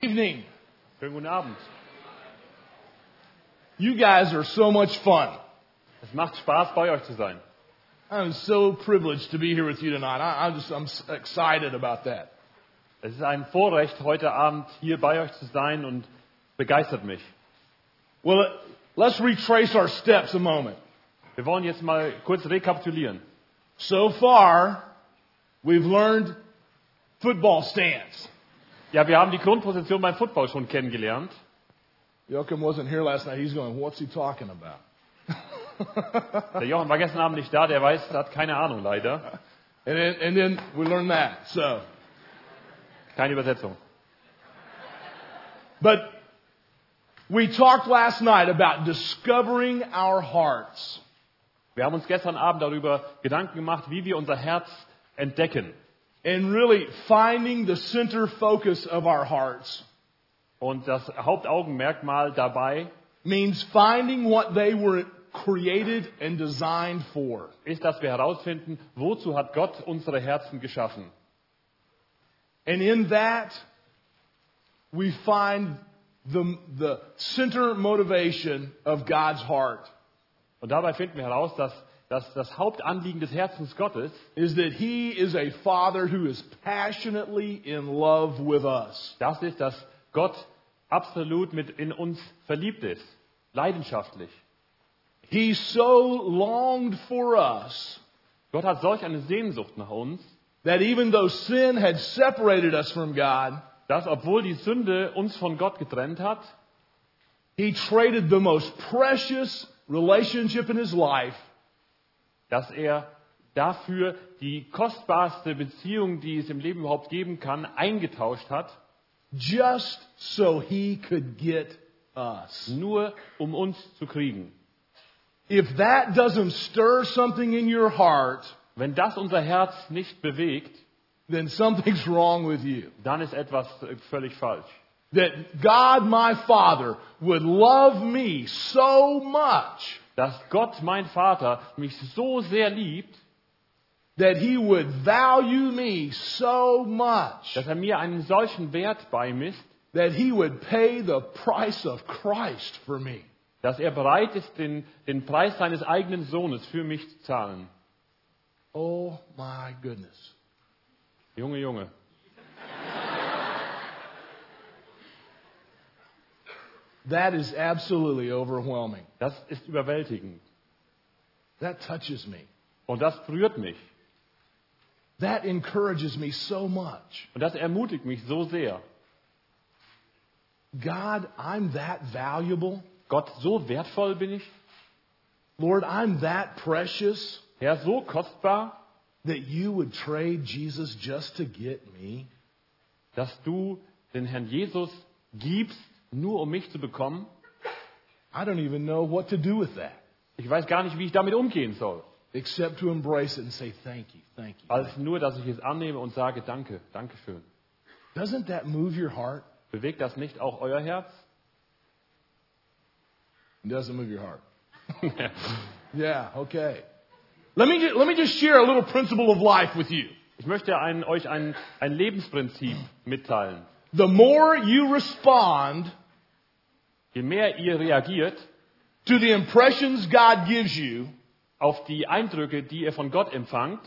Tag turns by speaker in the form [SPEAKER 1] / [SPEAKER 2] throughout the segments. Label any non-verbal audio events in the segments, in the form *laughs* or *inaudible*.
[SPEAKER 1] evening.
[SPEAKER 2] Schönen guten Abend.
[SPEAKER 1] You guys are so much fun.
[SPEAKER 2] Es macht Spaß, bei euch zu sein.
[SPEAKER 1] I'm so privileged to be here with you tonight. I, I'm just I'm s- excited about that.
[SPEAKER 2] Es ist ein Vorrecht, heute Abend hier bei euch zu sein und begeistert mich.
[SPEAKER 1] Well, let- let's retrace our steps a moment.
[SPEAKER 2] Wir wollen jetzt mal kurz rekapitulieren.
[SPEAKER 1] So far, we've learned football stance.
[SPEAKER 2] Ja, wir haben die Grundposition beim Football schon kennengelernt.
[SPEAKER 1] Joachim wasn't here last night. He's going, what's he talking about?
[SPEAKER 2] Der Jochen war gestern Abend nicht da, der weiß, der hat keine Ahnung leider.
[SPEAKER 1] And then, and then we learned that. So,
[SPEAKER 2] Keine Übersetzung.
[SPEAKER 1] but we talked last night about discovering our hearts.
[SPEAKER 2] Wir haben uns gestern Abend darüber Gedanken gemacht, wie wir unser Herz entdecken
[SPEAKER 1] and really finding the center focus of our hearts
[SPEAKER 2] Und das Hauptaugenmerkmal dabei
[SPEAKER 1] means finding what they were created and designed for.
[SPEAKER 2] ist, dass wir herausfinden, wozu hat Gott unsere Herzen geschaffen.
[SPEAKER 1] And in that, we find the, the center motivation of God's heart
[SPEAKER 2] Und dabei finden wir heraus, dass, dass das Hauptanliegen des Herzens Gottes
[SPEAKER 1] is that He is a Father who is passionately in love with us.
[SPEAKER 2] das ist, dass Gott absolut mit in uns verliebt ist, leidenschaftlich.
[SPEAKER 1] He so longed for us
[SPEAKER 2] Gott hat solch eine Sehnsucht nach uns,
[SPEAKER 1] that even though sin had separated us from God,
[SPEAKER 2] dass obwohl die Sünde uns von Gott getrennt hat,
[SPEAKER 1] He traded the most precious relationship in his life
[SPEAKER 2] dass er dafür die kostbarste Beziehung, die es im Leben überhaupt geben kann, eingetauscht hat,
[SPEAKER 1] just so he could get us.
[SPEAKER 2] nur um uns zu kriegen.
[SPEAKER 1] If that doesn't stir something in your heart,
[SPEAKER 2] Wenn das unser Herz nicht bewegt,
[SPEAKER 1] then something's *laughs* wrong with you.
[SPEAKER 2] dann ist etwas äh, völlig falsch.
[SPEAKER 1] That God, my Father, would love me so much
[SPEAKER 2] Dass Gott, mein Vater, mich so sehr liebt,
[SPEAKER 1] that he would value me so much
[SPEAKER 2] dass er mir einen solchen Wert beimisst,
[SPEAKER 1] that he would pay the price of Christ for me.
[SPEAKER 2] dass er bereit ist, den, den Preis seines eigenen Sohnes für mich zu zahlen.
[SPEAKER 1] Oh my goodness.
[SPEAKER 2] Junge, Junge.
[SPEAKER 1] That is absolutely overwhelming.
[SPEAKER 2] Das ist überwältigend.
[SPEAKER 1] That touches me.
[SPEAKER 2] Und das berührt mich.
[SPEAKER 1] That encourages me so much.
[SPEAKER 2] Und das ermutigt mich so sehr.
[SPEAKER 1] God, I'm that valuable.
[SPEAKER 2] Gott, so wertvoll bin ich.
[SPEAKER 1] Lord, I'm that precious
[SPEAKER 2] Herr, so kostbar,
[SPEAKER 1] that you would trade Jesus just to get me.
[SPEAKER 2] dass du den Herrn Jesus gibst, nur um mich zu bekommen.
[SPEAKER 1] I don't even know what to do with that
[SPEAKER 2] Ich weiß gar nicht, wie ich damit umgehen soll.
[SPEAKER 1] except to embrace it and say, Thank you, thank you.
[SPEAKER 2] als nur, dass ich es annehme und sage Danke, Dankeschön.
[SPEAKER 1] Doesn't that move your heart?
[SPEAKER 2] Bewegt das nicht auch euer Herz?
[SPEAKER 1] It doesn't move your heart. yeah, okay. Let me, ju- let me just share a little principle of life with you.
[SPEAKER 2] Ich möchte ein, euch ein, ein Lebensprinzip mitteilen.
[SPEAKER 1] The more you respond
[SPEAKER 2] Je mehr ihr reagiert
[SPEAKER 1] to the impressions God gives you,
[SPEAKER 2] auf die Eindrücke, die ihr von Gott empfangt,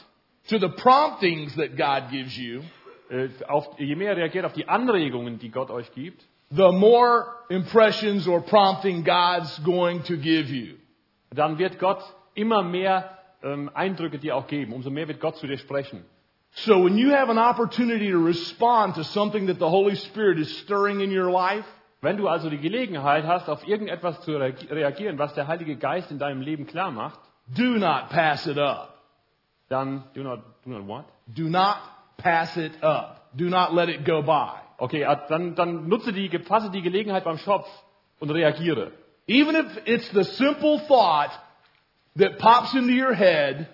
[SPEAKER 1] to the promptings that God gives you,
[SPEAKER 2] äh, auf, je mehr ihr reagiert auf die Anregungen, die Gott euch gibt,
[SPEAKER 1] the more impressions or prompting God's going to give you.
[SPEAKER 2] dann wird Gott immer mehr ähm, Eindrücke dir auch geben. Umso mehr wird Gott zu dir sprechen.
[SPEAKER 1] So when you have an opportunity to respond to something that the Holy Spirit is stirring in your life,
[SPEAKER 2] Wenn du also die Gelegenheit hast, auf irgendetwas zu reag- reagieren, was der Heilige Geist in deinem Leben klar macht,
[SPEAKER 1] do not pass it up.
[SPEAKER 2] dann do not, do not what?
[SPEAKER 1] Do not pass it up. Do not let it go by.
[SPEAKER 2] Okay, ah, dann, dann nutze die, fasse die Gelegenheit beim Schopf und reagiere.
[SPEAKER 1] Even if it's the simple thought that pops into your head,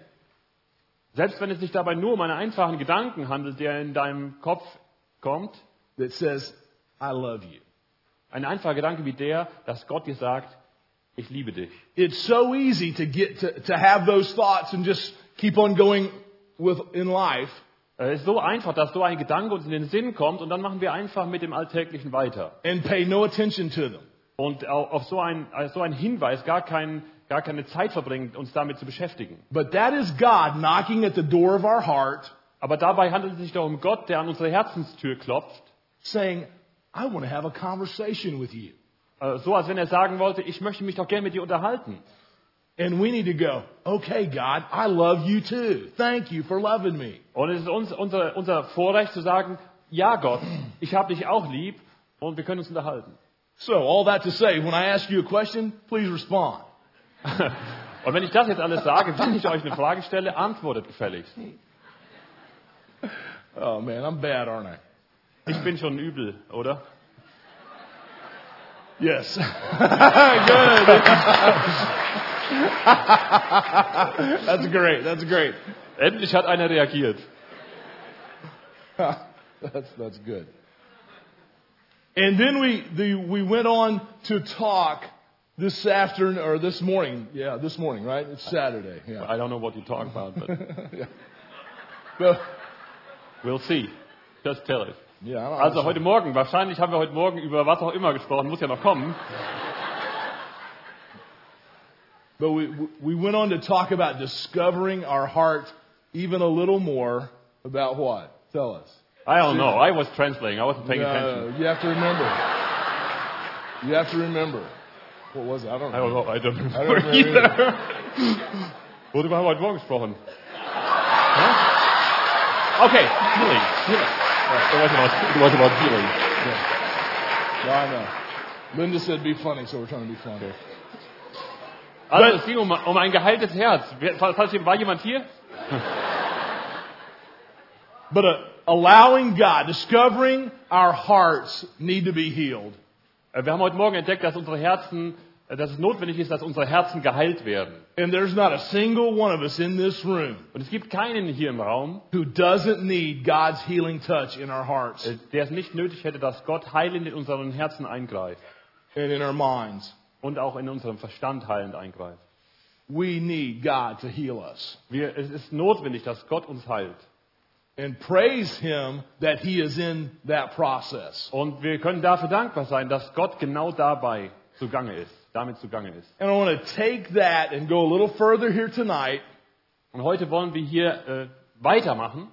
[SPEAKER 2] Selbst wenn es sich dabei nur um einen einfachen Gedanken handelt, der in deinem Kopf kommt,
[SPEAKER 1] that says, I love you.
[SPEAKER 2] ein einfacher Gedanke wie der, dass Gott dir sagt, ich liebe dich.
[SPEAKER 1] It's so easy to get to, to have those thoughts and just keep on going with in life.
[SPEAKER 2] Äh, ist so einfach, dass so ein Gedanke uns in den Sinn kommt und dann machen wir einfach mit dem Alltäglichen weiter.
[SPEAKER 1] and pay no attention to them.
[SPEAKER 2] Und au- auf so einen, auf so einen Hinweis gar, kein, gar keine Zeit verbringen, uns damit zu beschäftigen.
[SPEAKER 1] But that is God knocking at the door of our heart
[SPEAKER 2] Aber dabei handelt es sich doch um Gott, der an unsere Herzenstür klopft.
[SPEAKER 1] saying, I want to have a conversation with you.
[SPEAKER 2] Äh, So, als wenn er sagen wollte, ich möchte mich doch gerne mit dir unterhalten.
[SPEAKER 1] And we need to go, okay, God, I love you too. Thank you for loving me.
[SPEAKER 2] Und es ist uns, unser, unser Vorrecht zu sagen, ja Gott, ich habe dich auch lieb und wir können uns unterhalten. *laughs*
[SPEAKER 1] So, all that to say, when I ask you a question, please respond.
[SPEAKER 2] Und wenn ich das jetzt alles sage, wenn ich euch eine Frage stelle, antwortet gefälligst.
[SPEAKER 1] Oh man, I'm bad, aren't I?
[SPEAKER 2] Ich bin schon übel, oder?
[SPEAKER 1] Yes. *laughs* Good. *laughs* That's great. That's great.
[SPEAKER 2] Endlich hat einer reagiert.
[SPEAKER 1] *laughs* That's, that's good. And then we, the, we went on to talk this afternoon, or this morning. Yeah, this morning, right? It's Saturday.
[SPEAKER 2] I
[SPEAKER 1] Yeah.
[SPEAKER 2] don't know what you talk about, but
[SPEAKER 1] Well,
[SPEAKER 2] we'll see. Just tell it.
[SPEAKER 1] yeah, I don't
[SPEAKER 2] Also heute Morgen, wahrscheinlich haben wir heute Morgen über was auch immer gesprochen, muss ja noch kommen.
[SPEAKER 1] But we, we went on to talk about discovering our heart even a little more about what? Tell us.
[SPEAKER 2] I don't know, I was translating, I wasn't paying attention.
[SPEAKER 1] Uh, you have to remember. You have to remember. What was it? I don't
[SPEAKER 2] I
[SPEAKER 1] know.
[SPEAKER 2] don't know, I don't remember,
[SPEAKER 1] don't remember
[SPEAKER 2] either. *laughs* Worüber haben wir heute Morgen gesprochen? Hä? Okay, feeling. It was about, it was about feeling.
[SPEAKER 1] No, I know. Linda said be funny, so we're trying to be funny.
[SPEAKER 2] Also es ging um, um ein geheiltes Herz. Wer- falls- War jemand hier?
[SPEAKER 1] But uh, allowing God, discovering our hearts need to be healed.
[SPEAKER 2] Äh, Wir haben heute Morgen entdeckt, dass unsere Herzen, äh, dass es notwendig ist, dass unsere Herzen geheilt werden.
[SPEAKER 1] And there's not a single one of us in this room
[SPEAKER 2] Und es gibt keinen hier im Raum,
[SPEAKER 1] who doesn't need God's healing touch in our hearts
[SPEAKER 2] äh, der es nicht nötig hätte, dass Gott heilend in unseren Herzen eingreift
[SPEAKER 1] and in our minds.
[SPEAKER 2] und auch in unserem Verstand heilend eingreift.
[SPEAKER 1] We need God to heal us.
[SPEAKER 2] Wir, es ist notwendig, dass Gott uns heilt.
[SPEAKER 1] and praise Him that He is in that process.
[SPEAKER 2] Und wir können dafür dankbar sein, dass Gott genau dabei zugange ist, damit zugange ist.
[SPEAKER 1] And I want to take that and go a little further here tonight,
[SPEAKER 2] Und heute wollen wir hier äh, weitermachen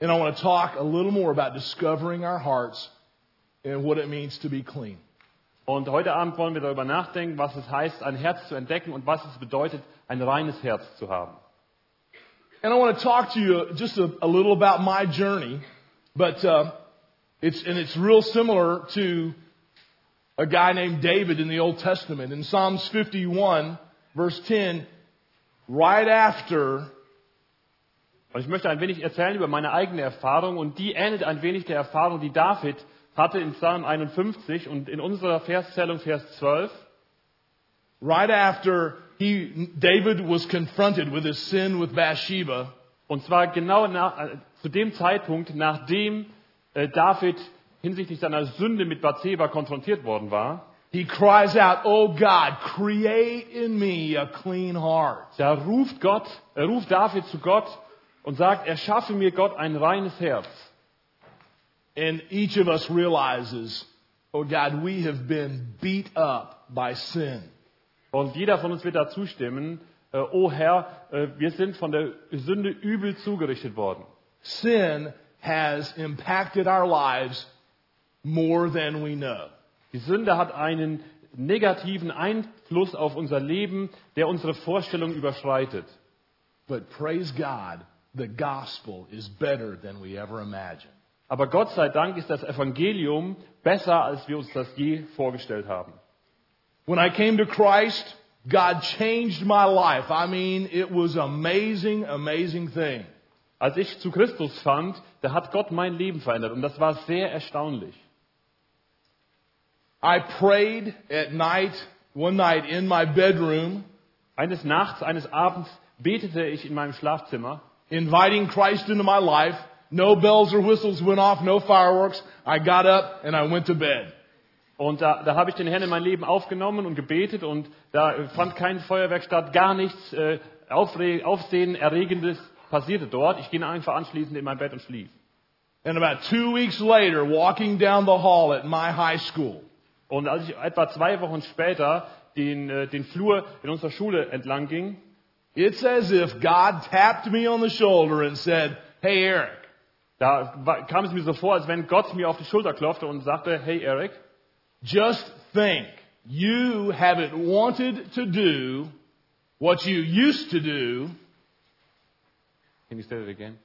[SPEAKER 1] and I want to talk a little more about discovering our hearts and what it means to be clean.
[SPEAKER 2] Und heute Abend wollen wir darüber nachdenken, was es heißt, ein Herz zu entdecken und was es bedeutet, ein reines Herz zu haben.
[SPEAKER 1] And I want to talk to you just a, a little about my journey, but uh, it's and it's real similar to a guy named David in the Old Testament in Psalms 51 verse 10. Right after
[SPEAKER 2] Und ich möchte ein wenig erzählen über meine eigene Erfahrung und die ähnelt ein wenig der Erfahrung, die David hatte in Psalm 51 und in unserer Verszählung Vers 12.
[SPEAKER 1] right after he David was confronted with his sin with Bathsheba,
[SPEAKER 2] Und zwar genau nach, äh, zu dem Zeitpunkt, nachdem äh, David hinsichtlich seiner Sünde mit Bathseba konfrontiert worden war.
[SPEAKER 1] he cries out, "Oh God, create in me a clean heart."
[SPEAKER 2] Da ruft Gott, äh, ruft David zu Gott und sagt, erschaffe mir Gott ein reines Herz.
[SPEAKER 1] And each of us realizes, "Oh God, we have been beat up by sin.
[SPEAKER 2] Und jeder von uns wird da zustimmen, äh, O Herr, äh, wir sind von der Sünde übel zugerichtet worden.
[SPEAKER 1] Sin has impacted our lives more than we know."
[SPEAKER 2] Die Sünde hat einen negativen Einfluss auf unser Leben, der unsere Vorstellung überschreitet.
[SPEAKER 1] But praise God, the gospel is better than we ever imagined.
[SPEAKER 2] Aber Gott sei Dank ist das Evangelium besser, als wir uns das je vorgestellt haben.
[SPEAKER 1] When I came to Christ, God changed my life. I mean, it was amazing, amazing thing.
[SPEAKER 2] Als ich zu Christus fand, da hat Gott mein Leben verändert und das war sehr erstaunlich.
[SPEAKER 1] I prayed at night, one night in my bedroom,
[SPEAKER 2] Eines Nachts, eines Abends betete ich in meinem Schlafzimmer
[SPEAKER 1] inviting Christ into my life. No bells or whistles went off, no fireworks. I got up and I went to bed.
[SPEAKER 2] Und da, da habe ich den Herrn in mein Leben aufgenommen und gebetet und da äh, fand kein Feuerwerk statt, gar nichts äh, aufre- Aufsehen erregendes. passierte dort. Ich ging einfach anschließend in mein Bett und schlief.
[SPEAKER 1] And about two weeks later, walking down the hall at my high school,
[SPEAKER 2] Und als ich etwa zwei Wochen später den, äh, den Flur in unserer Schule entlang ging,
[SPEAKER 1] it's as if God tapped me on the shoulder and said, Hey, Eric,
[SPEAKER 2] da war, kam es mir so vor, als wenn Gott mir auf die Schulter klopfte und sagte, hey Eric,
[SPEAKER 1] just think you haven't wanted to do what you used to do.
[SPEAKER 2] can you say that again?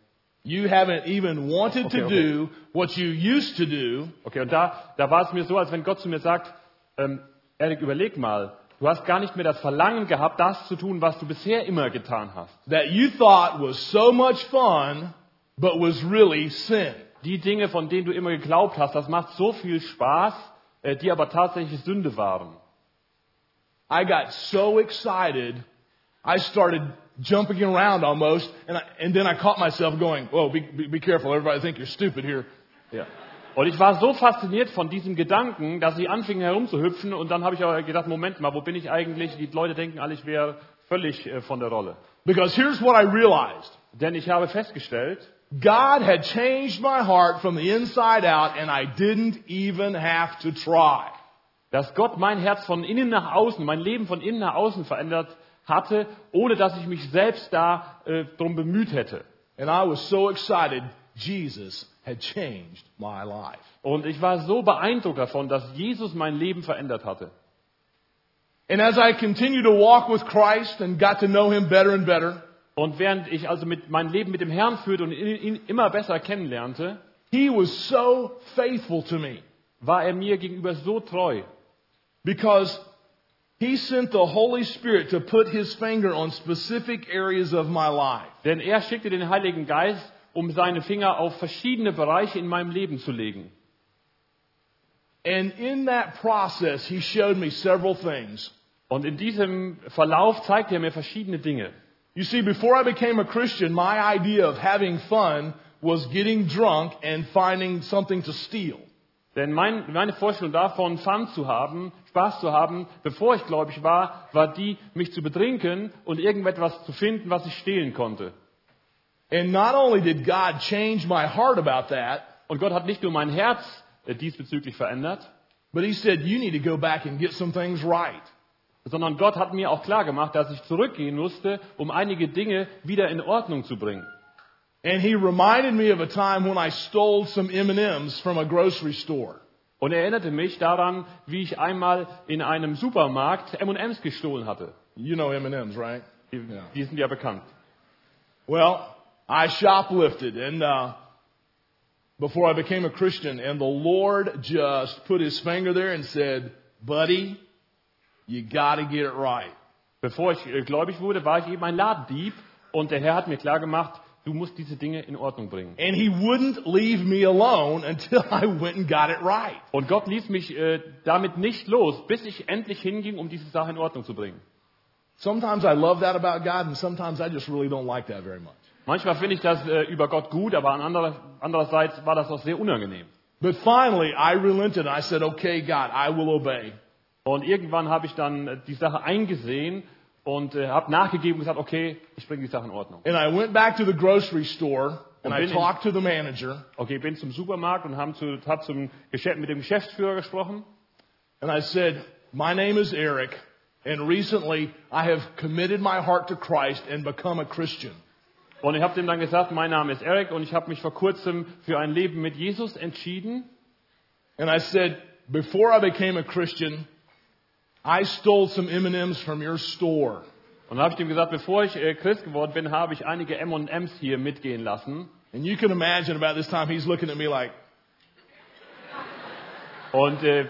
[SPEAKER 1] You haven't even wanted
[SPEAKER 2] Okay,
[SPEAKER 1] to
[SPEAKER 2] okay.
[SPEAKER 1] do what you used to do.
[SPEAKER 2] Okay, und da, da war es mir so, als wenn Gott zu mir sagt, ähm, Eric, überleg mal, du hast gar nicht mehr das Verlangen gehabt, das zu tun, was du bisher immer getan hast.
[SPEAKER 1] that you thought was so much fun, but was really sin.
[SPEAKER 2] Die Dinge, von denen du immer geglaubt hast, das macht so viel Spaß, äh, die aber tatsächlich Sünde waren.
[SPEAKER 1] I got so excited, I started jumping around almost, and, I, and then I caught myself going, whoa, be, be, be careful, everybody think you're stupid here.
[SPEAKER 2] Ja. Und ich war so fasziniert von diesem Gedanken, dass ich anfing herumzuhüpfen und dann habe ich aber gedacht, Moment mal, wo bin ich eigentlich? Die Leute denken alle, ich wäre völlig äh, von der Rolle.
[SPEAKER 1] Because here's what I realized.
[SPEAKER 2] Denn ich habe festgestellt,
[SPEAKER 1] God had changed my heart from the inside out, and I didn't even have to try.
[SPEAKER 2] dass Gott mein Herz von innen nach außen, mein Leben von innen nach außen verändert hatte, ohne dass ich mich selbst da äh, drum bemüht hätte.
[SPEAKER 1] And I was so excited, Jesus had changed my life.
[SPEAKER 2] Und ich war so beeindruckt davon, dass Jesus mein Leben verändert hatte.
[SPEAKER 1] And as I continued to walk with Christ and got to know Him better and better,
[SPEAKER 2] Und während ich also mit mein Leben mit dem Herrn führte und ihn, ihn immer besser kennenlernte,
[SPEAKER 1] He was so faithful to me
[SPEAKER 2] war er mir gegenüber so treu.
[SPEAKER 1] because he sent the Holy Spirit to put his finger on specific areas of my life.
[SPEAKER 2] Denn er schickte den Heiligen Geist, um seine Finger auf verschiedene Bereiche in meinem Leben zu legen.
[SPEAKER 1] And in that process, he showed me several things.
[SPEAKER 2] Und in diesem Verlauf zeigte er mir verschiedene Dinge.
[SPEAKER 1] You see, before I became a Christian, my idea of having fun was getting drunk and finding something to steal.
[SPEAKER 2] Denn mein, meine Vorstellung davon, Fun zu haben, Spaß zu haben, bevor ich gläubig war, war die, mich zu betrinken und irgendetwas zu finden, was ich stehlen konnte.
[SPEAKER 1] And not only did God change my heart about that,
[SPEAKER 2] Und Gott hat nicht nur mein Herz äh, diesbezüglich verändert,
[SPEAKER 1] but he said, you need to go back and get some things right.
[SPEAKER 2] sondern Gott hat mir auch klar gemacht, dass ich zurückgehen musste, um einige Dinge wieder in Ordnung zu bringen.
[SPEAKER 1] And he reminded me of a time when I stole some M&Ms from a grocery store.
[SPEAKER 2] Und er erinnerte mich daran, wie ich einmal in einem Supermarkt M&M's gestohlen hatte.
[SPEAKER 1] You know M&Ms, right?
[SPEAKER 2] Die, die sind ja bekannt.
[SPEAKER 1] Well, I shoplifted and uh, before I became a Christian, and the Lord just put His finger there and said, "Buddy, you got to get it right."
[SPEAKER 2] Bevor ich äh, gläubig wurde, war ich eben ein Ladendieb und der Herr hat mir klar gemacht, du musst diese Dinge in Ordnung bringen.
[SPEAKER 1] And He wouldn't leave me alone *laughs* until I went and got it right.
[SPEAKER 2] Und Gott ließ mich äh, damit nicht los, bis ich endlich hinging, um diese Sache in Ordnung zu bringen.
[SPEAKER 1] Sometimes I love that about God, and sometimes I just really don't like that very much.
[SPEAKER 2] Manchmal finde ich das äh, über Gott gut, aber an anderer, andererseits war das auch sehr unangenehm.
[SPEAKER 1] But finally, I relented. I said, "Okay, God, I will obey."
[SPEAKER 2] Und irgendwann habe ich dann äh, die Sache eingesehen und äh, habe nachgegeben und gesagt, okay, ich bringe die Sache in Ordnung.
[SPEAKER 1] And I went back to the grocery store and I
[SPEAKER 2] Obedient.
[SPEAKER 1] talked to the manager.
[SPEAKER 2] Okay, bin zum Supermarkt und haben zu, hab zum Geschäft, mit dem Geschäftsführer gesprochen.
[SPEAKER 1] And I said, My name is Eric, and recently I have committed my heart to Christ and become a Christian.
[SPEAKER 2] Und ich habe dem dann gesagt, mein Name ist Eric und ich habe mich vor kurzem für ein Leben mit Jesus entschieden.
[SPEAKER 1] And I said, Before I became a Christian, I stole some M&Ms from your store.
[SPEAKER 2] Und dann habe ich dem gesagt, bevor ich äh, Christ geworden bin, habe ich einige M&Ms hier mitgehen lassen.
[SPEAKER 1] And you can imagine about this time he's looking at me like,
[SPEAKER 2] Und äh,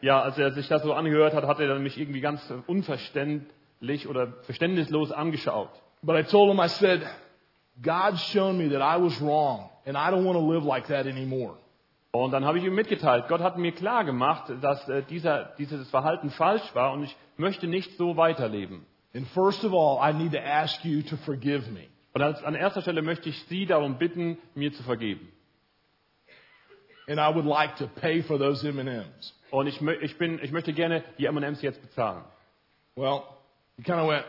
[SPEAKER 2] ja, als er sich das so angehört hat, hat er dann mich irgendwie ganz unverständlich oder verständnislos angeschaut.
[SPEAKER 1] but I told him, I said, God's shown me that I was wrong, and I don't want to live like that anymore.
[SPEAKER 2] Und dann habe ich ihm mitgeteilt, Gott hat mir klar gemacht, dass äh, dieser, dieses Verhalten falsch war und ich möchte nicht so weiterleben.
[SPEAKER 1] And first of all, I need to ask you to forgive me.
[SPEAKER 2] Und als, an erster Stelle möchte ich Sie darum bitten, mir zu vergeben.
[SPEAKER 1] And I would like to pay for those M&Ms.
[SPEAKER 2] Und ich, mö- ich, bin, ich möchte gerne die M&Ms jetzt bezahlen.
[SPEAKER 1] Well, he kind of went,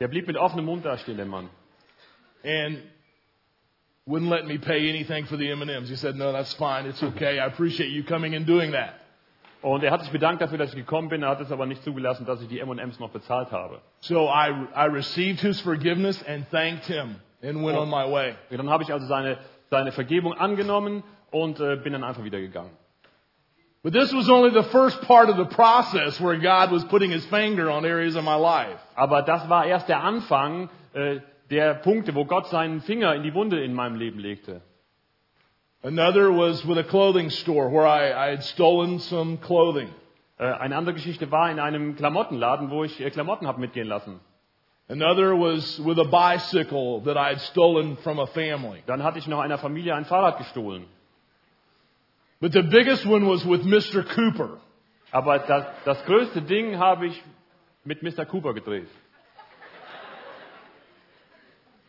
[SPEAKER 2] Der blieb mit offenem Mund dastehen, der Mann.
[SPEAKER 1] and wouldn't let me pay anything for the M&Ms. He said, "No, that's fine. It's okay. I appreciate you coming and doing that."
[SPEAKER 2] Und er hat sich bedankt dafür, dass ich gekommen bin, er hat es aber nicht zugelassen, dass ich die M&Ms noch bezahlt habe.
[SPEAKER 1] So I I received his forgiveness and thanked him and went on my way.
[SPEAKER 2] Und dann habe ich also seine, seine Vergebung angenommen und äh, bin dann einfach wieder gegangen.
[SPEAKER 1] But this was only the first part of the process where God was putting his finger on areas of my life.
[SPEAKER 2] Aber das war erst der Anfang äh, der Punkte, wo Gott seinen Finger in die Wunde in meinem Leben legte.
[SPEAKER 1] Another was with a clothing store where I, I had stolen some clothing.
[SPEAKER 2] Äh, eine andere Geschichte war in einem Klamottenladen, wo ich äh, Klamotten habe mitgehen lassen.
[SPEAKER 1] Another was with a bicycle that I had stolen from a family.
[SPEAKER 2] Dann hatte ich noch einer Familie ein Fahrrad gestohlen.
[SPEAKER 1] But the biggest one was with Mr. Cooper.
[SPEAKER 2] Aber das, das größte Ding habe ich mit Mr. Cooper gedreht.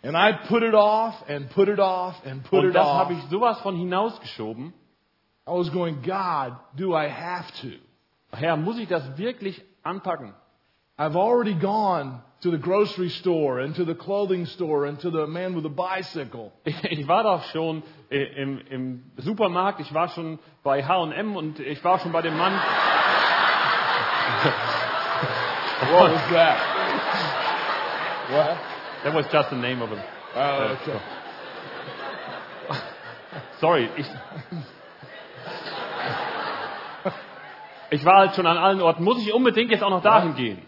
[SPEAKER 1] And I put it off and put it off and put
[SPEAKER 2] Und
[SPEAKER 1] it
[SPEAKER 2] das
[SPEAKER 1] off.
[SPEAKER 2] habe ich sowas von hinausgeschoben.
[SPEAKER 1] I was going, God, do I have to?
[SPEAKER 2] Herr, muss ich das wirklich anpacken?
[SPEAKER 1] I've already gone to the grocery store and to the clothing store and to the man with the bicycle.
[SPEAKER 2] Ich war doch schon äh, im, im Supermarkt, ich war schon bei H&M und ich war schon bei dem Mann.
[SPEAKER 1] What was that? what?
[SPEAKER 2] That was just the name of him.
[SPEAKER 1] Oh, okay.
[SPEAKER 2] Sorry, ich. Ich war halt schon an allen Orten. Muss ich unbedingt jetzt auch noch dahin gehen?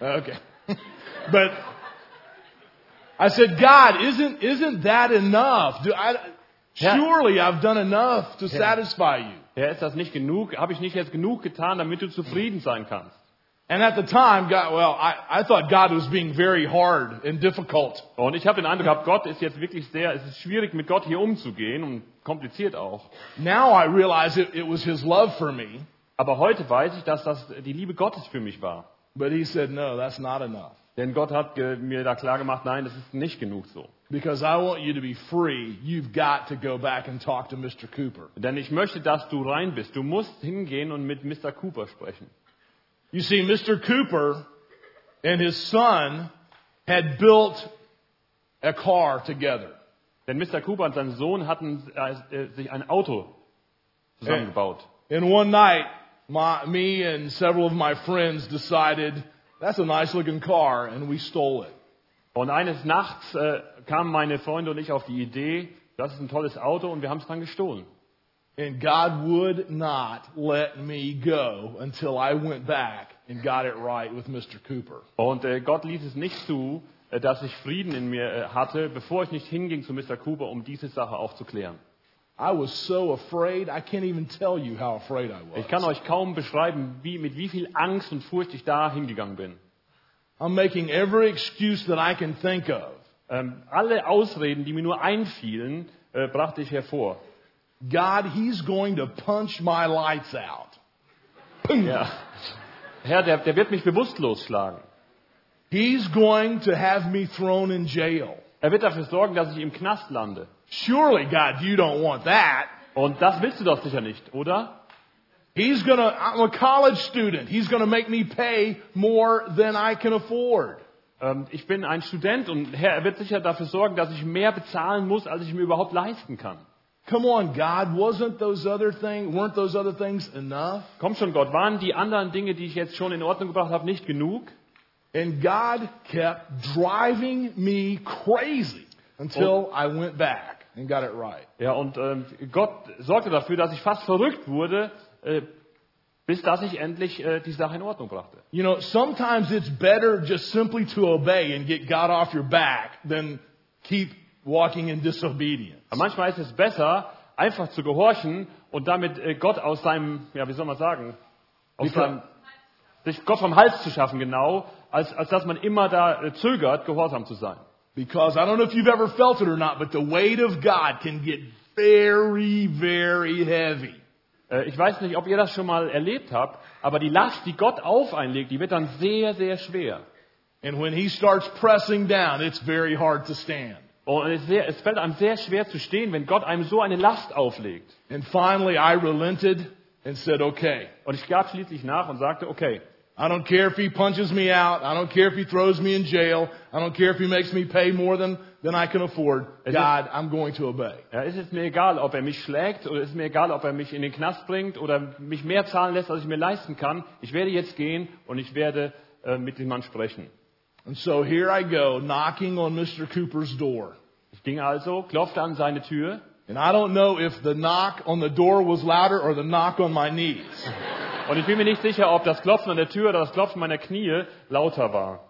[SPEAKER 1] Okay. but I said, God, isn't isn't that enough? Do I,
[SPEAKER 2] Yeah.
[SPEAKER 1] surely I've done enough to satisfy you.
[SPEAKER 2] Herr, ist das nicht genug? Habe ich nicht jetzt genug getan, damit du zufrieden sein kannst?
[SPEAKER 1] And at the time, God, well, I, I thought God was being very hard and difficult.
[SPEAKER 2] Und ich habe den Eindruck gehabt, Gott ist jetzt wirklich sehr, es ist schwierig, mit Gott hier umzugehen und kompliziert auch.
[SPEAKER 1] Now I realize it, it was His love for me,
[SPEAKER 2] Aber heute weiß ich, dass das die Liebe Gottes für mich war.
[SPEAKER 1] but He said, no, that's not enough.
[SPEAKER 2] Denn Gott hat ge- mir da klar gemacht, nein, das ist nicht genug so.
[SPEAKER 1] Because I want you to be free, you've got to go back and talk to Mr. Cooper.
[SPEAKER 2] Denn ich möchte, dass du rein bist. Du musst hingehen und mit Mr. Cooper sprechen.
[SPEAKER 1] You see, Mr. Cooper and his son had built a car together.
[SPEAKER 2] Denn Mr. Cooper und sein Sohn hatten äh, äh, sich ein Auto zusammengebaut.
[SPEAKER 1] And one night, my, me and several of my friends decided, that's a nice looking car, and we stole it.
[SPEAKER 2] Und eines Nachts äh, kamen meine Freunde und ich auf die Idee, das ist ein tolles Auto und wir haben es dann gestohlen.
[SPEAKER 1] And God would not let me go until I went back and got it right with Mr. Cooper.
[SPEAKER 2] Und äh, Gott ließ es nicht zu, äh, dass ich Frieden in mir äh, hatte, bevor ich nicht hinging zu Mr. Cooper, um diese Sache auch zu klären.
[SPEAKER 1] I was so afraid, I can't even tell you how afraid I was.
[SPEAKER 2] Ich kann euch kaum beschreiben, wie, mit wie viel Angst und Furcht ich da hingegangen bin.
[SPEAKER 1] I'm making every excuse that I can think of.
[SPEAKER 2] Ähm, alle Ausreden, die mir nur einfielen, äh, brachte ich hervor.
[SPEAKER 1] God, He's going to punch my lights out.
[SPEAKER 2] Ja. Herr, der, der wird mich bewusstlos schlagen.
[SPEAKER 1] He's going to have me thrown in jail.
[SPEAKER 2] Er wird dafür sorgen, dass ich im Knast lande.
[SPEAKER 1] Surely, God, you don't want that.
[SPEAKER 2] Und das willst du doch sicher nicht, oder?
[SPEAKER 1] He's gonna, I'm a college student. He's gonna make me pay more than I can afford.
[SPEAKER 2] Ähm, ich bin ein Student und Herr, er wird sicher dafür sorgen, dass ich mehr bezahlen muss, als ich mir überhaupt leisten kann.
[SPEAKER 1] Come on, God, wasn't those other things, weren't those other things enough?
[SPEAKER 2] Komm schon, Gott, waren die anderen Dinge, die ich jetzt schon in Ordnung gebracht habe, nicht genug?
[SPEAKER 1] And God kept driving me crazy until I went back and got it right.
[SPEAKER 2] Ja, und ähm, Gott sorgte dafür, dass ich fast verrückt wurde, äh, bis dass ich endlich äh, die Sache in Ordnung brachte.
[SPEAKER 1] You know, sometimes it's better just simply to obey and get God off your back than keep walking in disobedience.
[SPEAKER 2] Aber manchmal ist es besser, einfach zu gehorchen und damit äh, Gott aus seinem, ja, wie soll man sagen, aus
[SPEAKER 1] Wie kann-
[SPEAKER 2] seinem, sich Gott vom Hals zu schaffen, genau, als, als dass man immer da äh, zögert, gehorsam zu sein.
[SPEAKER 1] Because I don't know if you've ever felt it or not, but the weight of God can get very, very heavy.
[SPEAKER 2] Äh, ich weiß nicht, ob ihr das schon mal erlebt habt, aber die Last, die Gott auf einlegt, die wird dann sehr, sehr schwer.
[SPEAKER 1] And when He starts pressing down, it's very hard to stand.
[SPEAKER 2] Oh, Und es, ist sehr, es fällt einem sehr schwer zu stehen, wenn Gott einem so eine Last auflegt.
[SPEAKER 1] And finally, I relented and said, okay,
[SPEAKER 2] Und ich gab schließlich nach und sagte, okay,
[SPEAKER 1] I don't care if he punches me out. I don't care if he throws me in jail. I don't care if he makes me pay more than, than I can afford.
[SPEAKER 2] Is
[SPEAKER 1] God, I'm going to obey.
[SPEAKER 2] Ja, es ist mir egal, ob er mich schlägt oder es ist mir egal, ob er mich in den Knast bringt oder mich mehr zahlen lässt, als ich mir leisten kann. Ich werde jetzt gehen und ich werde äh, mit dem Mann sprechen.
[SPEAKER 1] And so here I go knocking on Mr. Cooper's door.
[SPEAKER 2] Ich ging also, klopfte an seine Tür.
[SPEAKER 1] And I don't know if the knock on the door was louder or the knock on my knees.
[SPEAKER 2] Und ich bin mir nicht sicher, ob das Klopfen an der Tür oder das Klopfen meiner Knie lauter war.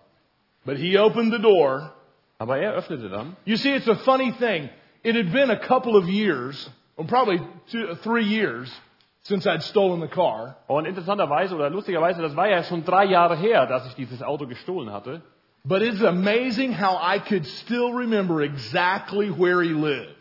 [SPEAKER 1] But he opened the door.
[SPEAKER 2] Aber er öffnete dann.
[SPEAKER 1] You see, it's a funny thing. It had been a couple of years, or probably two, three years, since I'd stolen the car.
[SPEAKER 2] Und interessanterweise oder lustigerweise, das war ja schon drei Jahre her, dass ich dieses Auto gestohlen hatte.
[SPEAKER 1] But it's amazing how I could still remember exactly where he lived.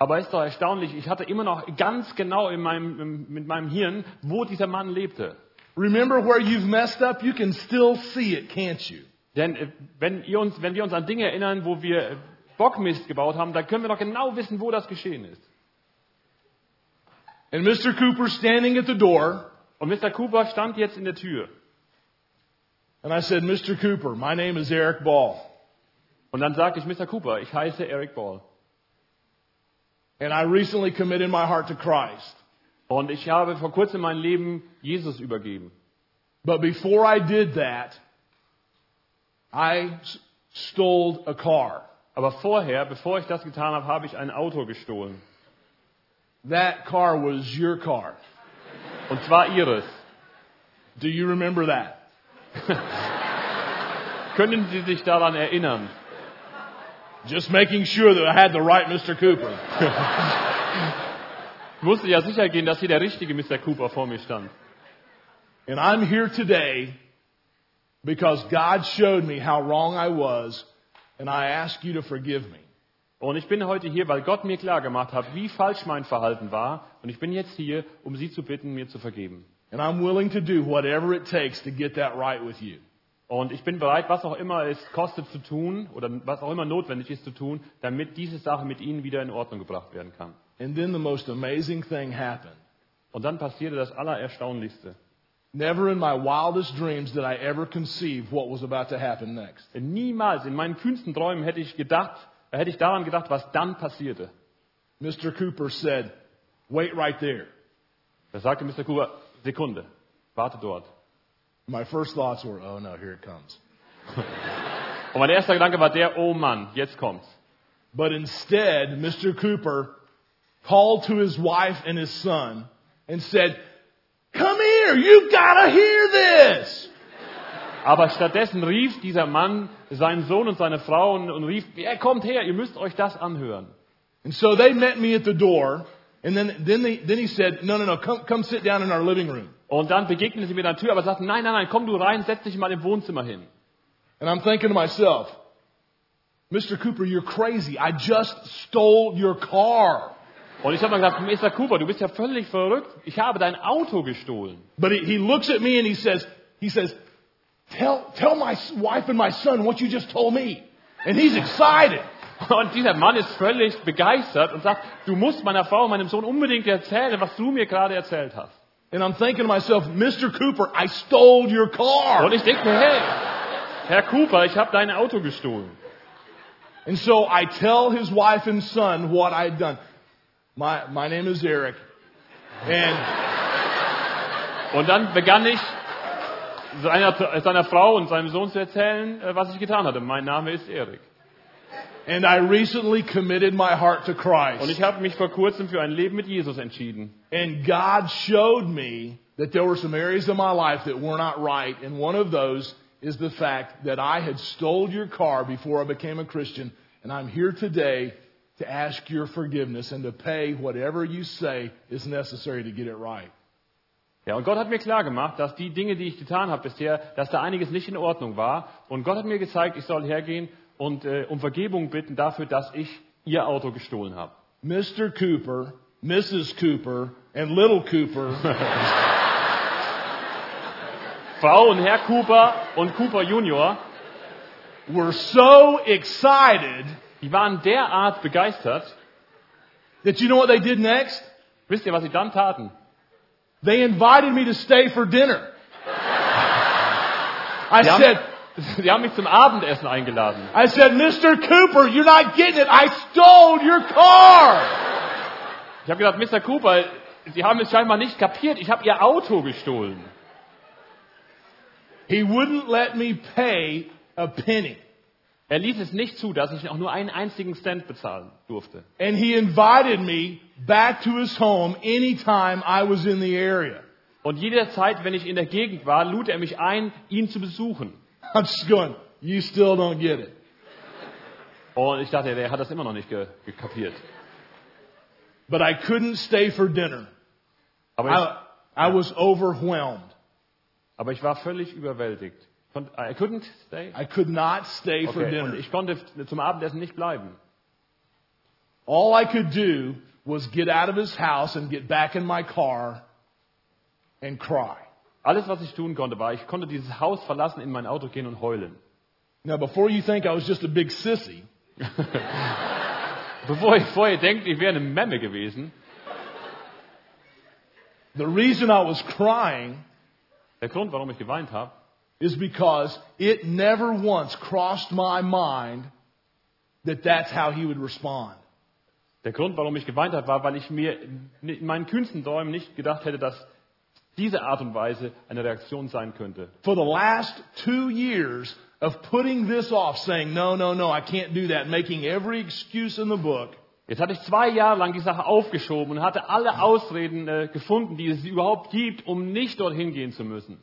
[SPEAKER 2] Aber es ist doch erstaunlich, ich hatte immer noch ganz genau in meinem, im, mit meinem Hirn, wo dieser Mann lebte.
[SPEAKER 1] Remember where you've messed up? You can still see it, can't you?
[SPEAKER 2] Denn äh, wenn, ihr uns, wenn wir uns an Dinge erinnern, wo wir äh, Bockmist gebaut haben, dann können wir doch genau wissen, wo das geschehen ist.
[SPEAKER 1] And Mr. Cooper standing at the door,
[SPEAKER 2] Und Mr. Cooper stand jetzt in der Tür.
[SPEAKER 1] and I said, Mr. Cooper, my name is Eric Ball,
[SPEAKER 2] Und dann sagte ich, Mr. Cooper, ich heiße Eric Ball.
[SPEAKER 1] and I recently committed my heart to Christ.
[SPEAKER 2] Und ich habe vor kurzem mein Leben Jesus übergeben.
[SPEAKER 1] But before I did that, I s- stole a car.
[SPEAKER 2] Aber vorher, bevor ich das getan habe, habe ich ein Auto gestohlen.
[SPEAKER 1] That car was your car.
[SPEAKER 2] Und zwar ihres.
[SPEAKER 1] Do you remember that?
[SPEAKER 2] Können Sie sich daran erinnern?
[SPEAKER 1] Just making sure that I had the right Mr. Cooper.
[SPEAKER 2] Ich musste ja sicher gehen, dass hier der richtige Mr. Cooper vor mir stand.
[SPEAKER 1] And I'm here today because God showed me how wrong I was, and I ask you to forgive me.
[SPEAKER 2] Und ich bin heute hier, weil Gott mir klar gemacht hat, wie falsch mein Verhalten war. Und ich bin jetzt hier, um Sie zu bitten, mir zu vergeben.
[SPEAKER 1] And I'm willing to do whatever it takes to get that right with you.
[SPEAKER 2] Und ich bin bereit, was auch immer es kostet zu tun oder was auch immer notwendig ist zu tun, damit diese Sache mit Ihnen wieder in Ordnung gebracht werden kann.
[SPEAKER 1] And then the most amazing thing happened.
[SPEAKER 2] Und dann passierte das Allererstaunlichste.
[SPEAKER 1] Never in my wildest dreams did I ever conceive what was about to happen next.
[SPEAKER 2] Niemals in meinen kühnsten Träumen hätte ich gedacht, hätte ich daran gedacht, was dann passierte.
[SPEAKER 1] Mr. Cooper said, Wait right there.
[SPEAKER 2] Da sagte Mr. Cooper, Sekunde, warte dort.
[SPEAKER 1] My first thoughts were, Oh no, here it comes.
[SPEAKER 2] Und mein erster Gedanke war der, oh Mann, jetzt kommt's.
[SPEAKER 1] But instead, Mr. Cooper called to his wife and his son and said, Come here, you've got to hear this.
[SPEAKER 2] Aber stattdessen rief dieser Mann seinen Sohn und seine Frau und, und rief, er kommt her, ihr müsst euch das anhören.
[SPEAKER 1] And so they met me at the door, and then, then, they, then he said, No, no, no, come, come sit down in our living room.
[SPEAKER 2] Und dann begegneten sie mir an der Tür, aber sagten, nein, nein, nein, komm du rein, setz dich mal im Wohnzimmer hin.
[SPEAKER 1] And I'm thinking to myself, Mr. Cooper, you're crazy. I just stole your car.
[SPEAKER 2] Und ich habe dann gesagt, Mr. Cooper, du bist ja völlig verrückt. Ich habe dein Auto gestohlen. *laughs*
[SPEAKER 1] But he, he looks at me and he says, he says, tell, tell my s- wife and my son what you just told me. And he's excited.
[SPEAKER 2] Und dieser Mann ist völlig begeistert und sagt, du musst meiner Frau und meinem Sohn unbedingt erzählen, was du mir gerade erzählt hast.
[SPEAKER 1] And I'm thinking to myself, Mr. Cooper, I stole your car.
[SPEAKER 2] Und ich denke mir, hey, Herr Cooper, ich habe dein Auto gestohlen.
[SPEAKER 1] And so I tell his wife and son what I had done. My, my name is Eric. And,
[SPEAKER 2] Und dann begann ich seiner, seiner Frau und seinem Sohn zu erzählen, äh, was ich getan hatte. Mein Name ist Erik.
[SPEAKER 1] and I recently committed my heart to
[SPEAKER 2] Und
[SPEAKER 1] Christ.
[SPEAKER 2] ich habe mich vor kurzem für ein Leben mit Jesus entschieden.
[SPEAKER 1] And God showed me that there were some areas of my life that were not right. And one of those is the fact that I had stole your car before I became a Christian. And I'm here today to ask your forgiveness and to pay whatever you say is necessary to get it right.
[SPEAKER 2] Ja, und Gott hat mir klar gemacht, dass die Dinge, die ich getan habe bisher, dass da einiges nicht in Ordnung war. Und Gott hat mir gezeigt, ich soll hergehen und äh, um Vergebung bitten dafür, dass ich ihr Auto gestohlen habe.
[SPEAKER 1] Mr. Cooper, Mrs. Cooper, and little Cooper
[SPEAKER 2] Frau und Herr Cooper und Cooper Junior,
[SPEAKER 1] were so excited
[SPEAKER 2] die waren derart begeistert.
[SPEAKER 1] that you know what they did next?
[SPEAKER 2] Wisst ihr, was sie dann taten?
[SPEAKER 1] They invited me to stay for dinner. I
[SPEAKER 2] Sie haben,
[SPEAKER 1] said,
[SPEAKER 2] sie haben mich *laughs* zum Abendessen eingeladen.
[SPEAKER 1] I said, Mr. Cooper, you're not getting it. I stole your car.
[SPEAKER 2] Ich habe gesagt, Mr. Cooper, Sie haben es scheinbar nicht kapiert. Ich habe Ihr Auto gestohlen.
[SPEAKER 1] He wouldn't let me pay a penny.
[SPEAKER 2] Er ließ es nicht zu, dass ich auch nur einen einzigen Cent bezahlen durfte.
[SPEAKER 1] And he invited me back to his home anytime I was in the area. *laughs*
[SPEAKER 2] Und jederzeit, wenn ich in der Gegend war, lud er mich ein, ihn zu besuchen.
[SPEAKER 1] I'm just going, you still don't get it.
[SPEAKER 2] Und ich dachte, er hat das immer noch nicht ge ge- kapiert.
[SPEAKER 1] But I couldn't stay for dinner.
[SPEAKER 2] Aber ich,
[SPEAKER 1] I, I was overwhelmed.
[SPEAKER 2] aber ich war völlig überwältigt. Kon- I couldn't stay.
[SPEAKER 1] I could not stay for
[SPEAKER 2] Okay. Und
[SPEAKER 1] dinner.
[SPEAKER 2] ich konnte f- zum Abendessen nicht bleiben.
[SPEAKER 1] All I could do was get out of his house and get back in my car and cry.
[SPEAKER 2] Alles, was ich tun konnte, war, ich konnte dieses Haus verlassen, in mein Auto gehen und heulen.
[SPEAKER 1] Now, before you think I was just a big sissy,
[SPEAKER 2] Bevor ihr, bevor ihr denkt, ich wäre eine Memme gewesen,
[SPEAKER 1] the reason I was crying
[SPEAKER 2] der Grund, warum ich geweint habe,
[SPEAKER 1] is because it never once crossed my mind that that's how he would respond.
[SPEAKER 2] der Grund, warum ich geweint habe, war, weil ich mir in meinen kühnsten Träumen nicht gedacht hätte, dass diese Art und Weise eine Reaktion sein könnte.
[SPEAKER 1] For the last two years of putting this off, saying, no, no, no, I can't do that, making every excuse in the book,
[SPEAKER 2] Jetzt hatte ich zwei Jahre lang die Sache aufgeschoben und hatte alle Ausreden äh, gefunden, die es überhaupt gibt, um nicht dorthin gehen zu müssen.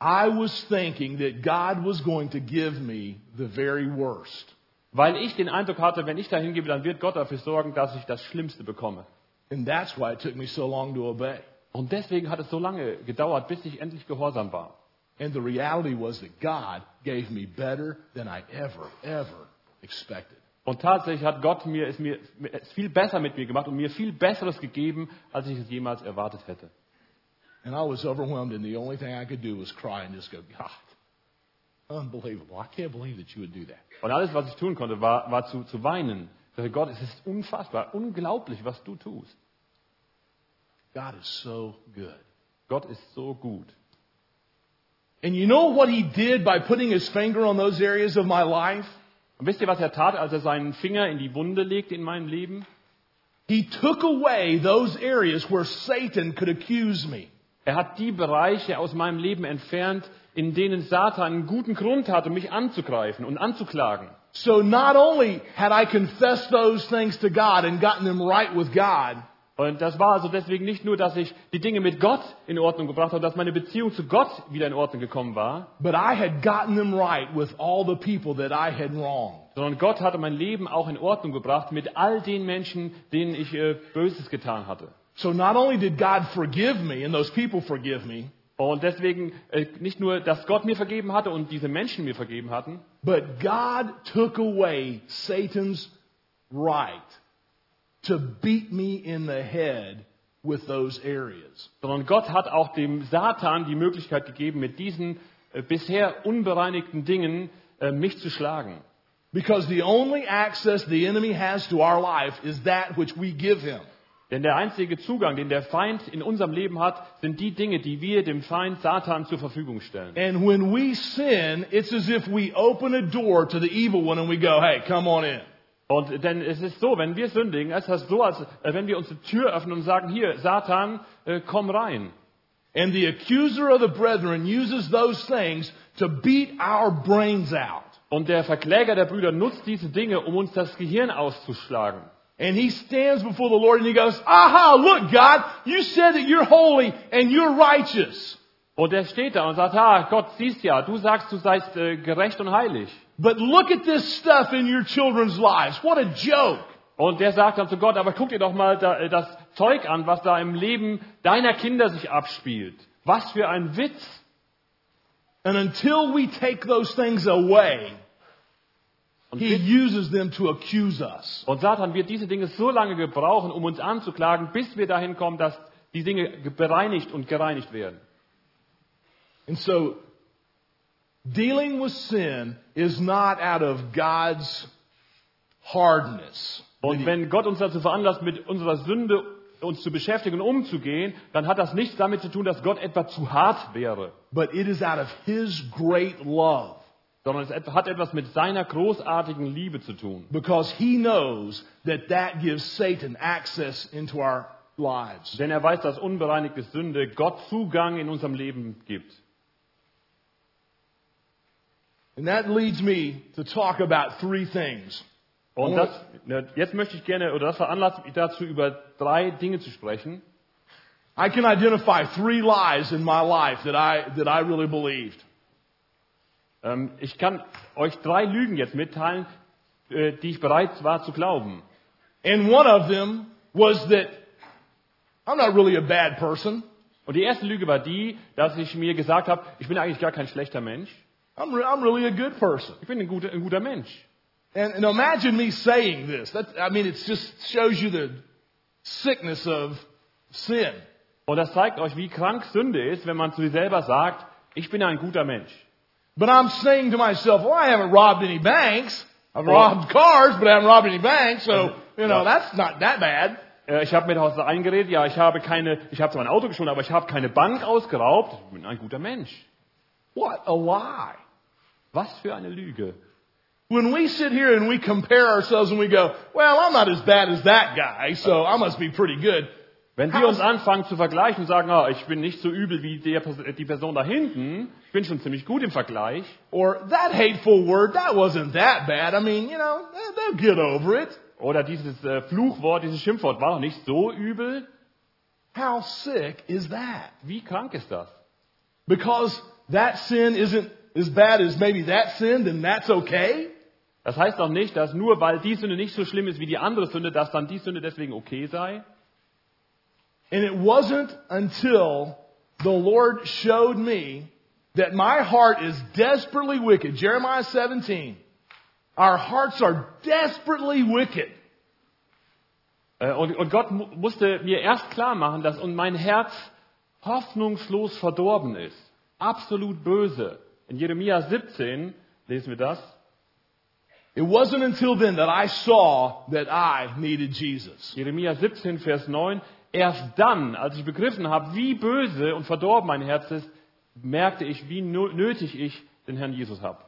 [SPEAKER 1] I was thinking that God was going to give me the very worst.
[SPEAKER 2] Weil ich den Eindruck hatte, wenn ich dahin gehe, dann wird Gott dafür sorgen, dass ich das Schlimmste bekomme.
[SPEAKER 1] And that's why it took me so long to obey.
[SPEAKER 2] Und deswegen hat es so lange gedauert, bis ich endlich gehorsam war.
[SPEAKER 1] And the reality was that God gave me better than I ever, ever expected.
[SPEAKER 2] Und tatsächlich hat Gott mir es, mir es viel besser mit mir gemacht und mir viel Besseres gegeben, als ich es jemals erwartet hätte.
[SPEAKER 1] And I was overwhelmed, and the only thing I could do was cry and just go, God, unbelievable. I can't believe that you would do that.
[SPEAKER 2] Und alles, was ich tun konnte, war, war zu, zu weinen. Ich sagte, Gott, es ist unfassbar, unglaublich, was du tust.
[SPEAKER 1] God is so good.
[SPEAKER 2] Gott ist so gut.
[SPEAKER 1] And you know what he did by putting his finger on those areas of my life?
[SPEAKER 2] Und wisst ihr, was er tat, als er seinen Finger in die Wunde legte in meinem Leben?
[SPEAKER 1] He took away those areas where Satan could accuse me.
[SPEAKER 2] Er hat die Bereiche aus meinem Leben entfernt, in denen Satan einen guten Grund hatte, mich anzugreifen und anzuklagen.
[SPEAKER 1] So not only had I confessed those things to God and gotten them right with God,
[SPEAKER 2] Und das war also deswegen nicht nur, dass ich die Dinge mit Gott in Ordnung gebracht habe, dass meine Beziehung zu Gott wieder in Ordnung gekommen war,
[SPEAKER 1] but I had gotten them right with all the people that I had wronged.
[SPEAKER 2] sondern Gott hatte mein Leben auch in Ordnung gebracht mit all den Menschen, denen ich äh, Böses getan hatte.
[SPEAKER 1] So not only did God forgive me and those people forgive me,
[SPEAKER 2] Und deswegen äh, nicht nur, dass Gott mir vergeben hatte und diese Menschen mir vergeben hatten,
[SPEAKER 1] But God took away Satan's right to beat me in the head with those areas.
[SPEAKER 2] sondern Gott hat auch dem Satan die Möglichkeit gegeben, mit diesen äh, bisher unbereinigten Dingen äh, mich zu schlagen.
[SPEAKER 1] Because the only access the enemy has to our life is that which we give him.
[SPEAKER 2] Denn der einzige Zugang, den der Feind in unserem Leben hat, sind die Dinge, die wir dem Feind Satan zur Verfügung stellen.
[SPEAKER 1] And when we sin, it's as if we open a door to the evil one and we go, hey, come on in.
[SPEAKER 2] Und äh, denn es ist so, wenn wir sündigen, es ist so, als äh, wenn wir uns die Tür öffnen und sagen, hier, Satan, äh, komm rein.
[SPEAKER 1] And the accuser of the brethren uses those things to beat our brains out.
[SPEAKER 2] Und der Verkläger der Brüder nutzt diese Dinge, um uns das Gehirn auszuschlagen.
[SPEAKER 1] And he stands before the Lord and he goes, Aha, look, God, you said that you're holy and you're righteous.
[SPEAKER 2] Und er steht da und sagt, ah, Gott, siehst ja, du sagst, du seist äh, gerecht und heilig.
[SPEAKER 1] But look at this stuff in your children's lives. What a joke.
[SPEAKER 2] Und der sagt dann zu Gott, aber guck dir doch mal da, äh, das Zeug an, was da im Leben deiner Kinder sich abspielt. Was für ein Witz.
[SPEAKER 1] And until we take those things away,
[SPEAKER 2] Und
[SPEAKER 1] he uses them to accuse us.
[SPEAKER 2] Und Satan wird diese Dinge so lange gebrauchen, um uns anzuklagen, bis wir dahin kommen, dass die Dinge ge- bereinigt und gereinigt werden.
[SPEAKER 1] And so, dealing with sin is not out of God's hardness.
[SPEAKER 2] Und wenn Gott uns dazu veranlasst, mit unserer Sünde uns zu beschäftigen und umzugehen, dann hat das nichts damit zu tun, dass Gott etwa zu hart wäre,
[SPEAKER 1] but it is out of His great love
[SPEAKER 2] sondern es et- hat etwas mit seiner großartigen Liebe zu tun.
[SPEAKER 1] because He knows that that gives Satan access into our lives.
[SPEAKER 2] Denn er weiß, dass unbereinigte Sünde Gott Zugang in unserem Leben gibt.
[SPEAKER 1] And that leads me to talk about three things.
[SPEAKER 2] Und
[SPEAKER 1] Aber-
[SPEAKER 2] das, na, jetzt möchte ich gerne, oder das veranlasst mich dazu, über drei Dinge zu sprechen.
[SPEAKER 1] I can identify three lies in my life that I, that I really believed.
[SPEAKER 2] Ähm, ich kann euch drei Lügen jetzt mitteilen, äh, die ich bereit war zu glauben.
[SPEAKER 1] And one of them was that I'm not really a bad person.
[SPEAKER 2] Und die erste Lüge war die, dass ich mir gesagt habe, ich bin eigentlich gar kein schlechter Mensch.
[SPEAKER 1] I'm, re- I'm really a good person.
[SPEAKER 2] Ich bin ein guter, ein guter Mensch.
[SPEAKER 1] And, and imagine me saying this. That, I mean, it just shows you the sickness of sin.
[SPEAKER 2] Und das zeigt euch, wie krank Sünde ist, wenn man zu sich selber sagt, ich bin ein guter Mensch.
[SPEAKER 1] But I'm saying to myself, well, I haven't robbed any banks. I've robbed cars, but I haven't robbed any banks. So, you know, that's not that bad.
[SPEAKER 2] Äh, Ich habe mir daraus eingeredet, ja, ich habe keine, ich habe zwar ein Auto gestohlen, aber ich habe keine Bank ausgeraubt. Ich bin ein guter Mensch.
[SPEAKER 1] What a lie.
[SPEAKER 2] Was für eine Lüge.
[SPEAKER 1] When we sit here and we compare ourselves and we go, well, I'm not as bad as that guy, so I must be pretty good.
[SPEAKER 2] Wenn wir uns anfangen zu vergleichen und sagen, ah, ich bin nicht so übel wie der, Pers- äh, die Person da hinten, ich bin schon ziemlich gut im Vergleich,
[SPEAKER 1] Or that hateful word, that wasn't that bad. I mean, you know, eh, they'll get over it.
[SPEAKER 2] oder dieses äh, Fluchwort, dieses Schimpfwort war doch nicht so übel,
[SPEAKER 1] How sick is that?
[SPEAKER 2] wie krank ist das?
[SPEAKER 1] Because that sin isn't as bad as maybe that sin, then that's okay.
[SPEAKER 2] Das heißt doch nicht, dass nur weil die Sünde nicht so schlimm ist wie die andere Sünde, dass dann die Sünde deswegen okay sei.
[SPEAKER 1] And it wasn't until the Lord showed me that my heart is desperately wicked. Jeremiah 17. Our hearts are desperately wicked.
[SPEAKER 2] Äh, Und, und Gott mu- musste mir erst klar machen, dass und mein Herz hoffnungslos verdorben ist. Absolut böse. In Jeremia 17 lesen wir das.
[SPEAKER 1] It wasn't until then that I saw that I needed Jesus.
[SPEAKER 2] Jeremia 17, Vers 9. Erst dann, als ich begriffen habe, wie böse und verdorben mein Herz ist, merkte ich, wie no- nötig ich den Herrn Jesus habe.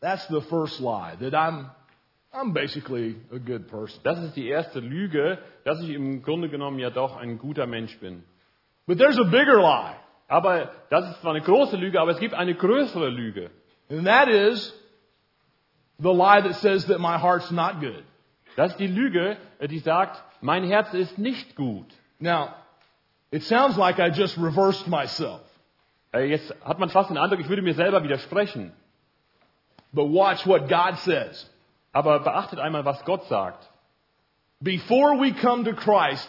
[SPEAKER 1] That's the first lie that I'm I'm basically a good person.
[SPEAKER 2] Das ist die erste Lüge, dass ich im Grunde genommen ja doch ein guter Mensch bin.
[SPEAKER 1] But there's a bigger lie,
[SPEAKER 2] Aber das ist zwar eine große Lüge, aber es gibt eine größere Lüge.
[SPEAKER 1] and that is the lie that says that my heart's not good.
[SPEAKER 2] Das ist die Lüge, äh, die sagt, mein Herz ist nicht gut.
[SPEAKER 1] Now, it sounds like I just reversed myself.
[SPEAKER 2] Äh, Jetzt hat man fast den Eindruck, ich würde mir selber widersprechen.
[SPEAKER 1] But watch what God says.
[SPEAKER 2] Aber beachtet einmal, was Gott sagt.
[SPEAKER 1] Before we come to Christ,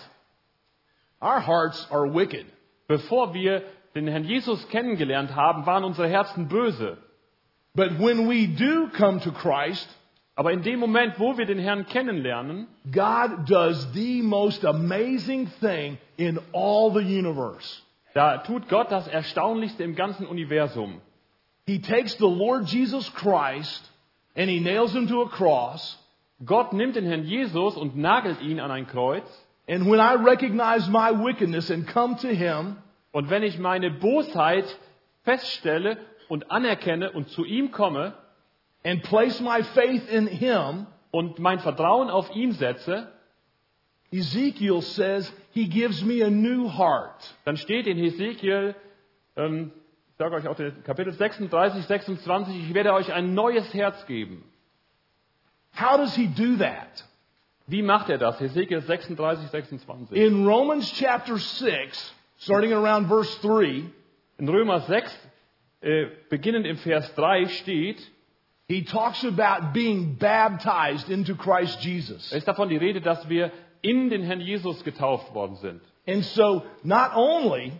[SPEAKER 1] our hearts are wicked.
[SPEAKER 2] Bevor wir den Herrn Jesus kennengelernt haben, waren unsere Herzen böse.
[SPEAKER 1] But when we do come to Christ,
[SPEAKER 2] Aber in dem Moment, wo wir den Herrn kennenlernen,
[SPEAKER 1] God does the most amazing thing in all the universe.
[SPEAKER 2] da tut Gott das Erstaunlichste im ganzen Universum.
[SPEAKER 1] He takes the Lord Jesus Christ and he nails him to a cross.
[SPEAKER 2] Gott nimmt den Herrn Jesus und nagelt ihn an ein Kreuz.
[SPEAKER 1] And when I recognize my wickedness and come to him,
[SPEAKER 2] Und wenn ich meine Bosheit feststelle und anerkenne und zu ihm komme
[SPEAKER 1] and place my faith in him,
[SPEAKER 2] und mein Vertrauen auf ihn setze,
[SPEAKER 1] Ezekiel says he gives me a new heart.
[SPEAKER 2] Dann steht in Hesekiel, ähm, ich sage euch auch den Kapitel 36, 26, ich werde euch ein neues Herz geben.
[SPEAKER 1] How does he do that?
[SPEAKER 2] Wie macht er das? Hesekiel 36, 26.
[SPEAKER 1] In Romans chapter 6, starting around verse 3,
[SPEAKER 2] In Römer 6, äh, beginnend im Vers 3 steht,
[SPEAKER 1] he talks about being baptized into Christ Jesus.
[SPEAKER 2] da ist davon die Rede, dass wir in den Herrn Jesus getauft worden sind.
[SPEAKER 1] And so not only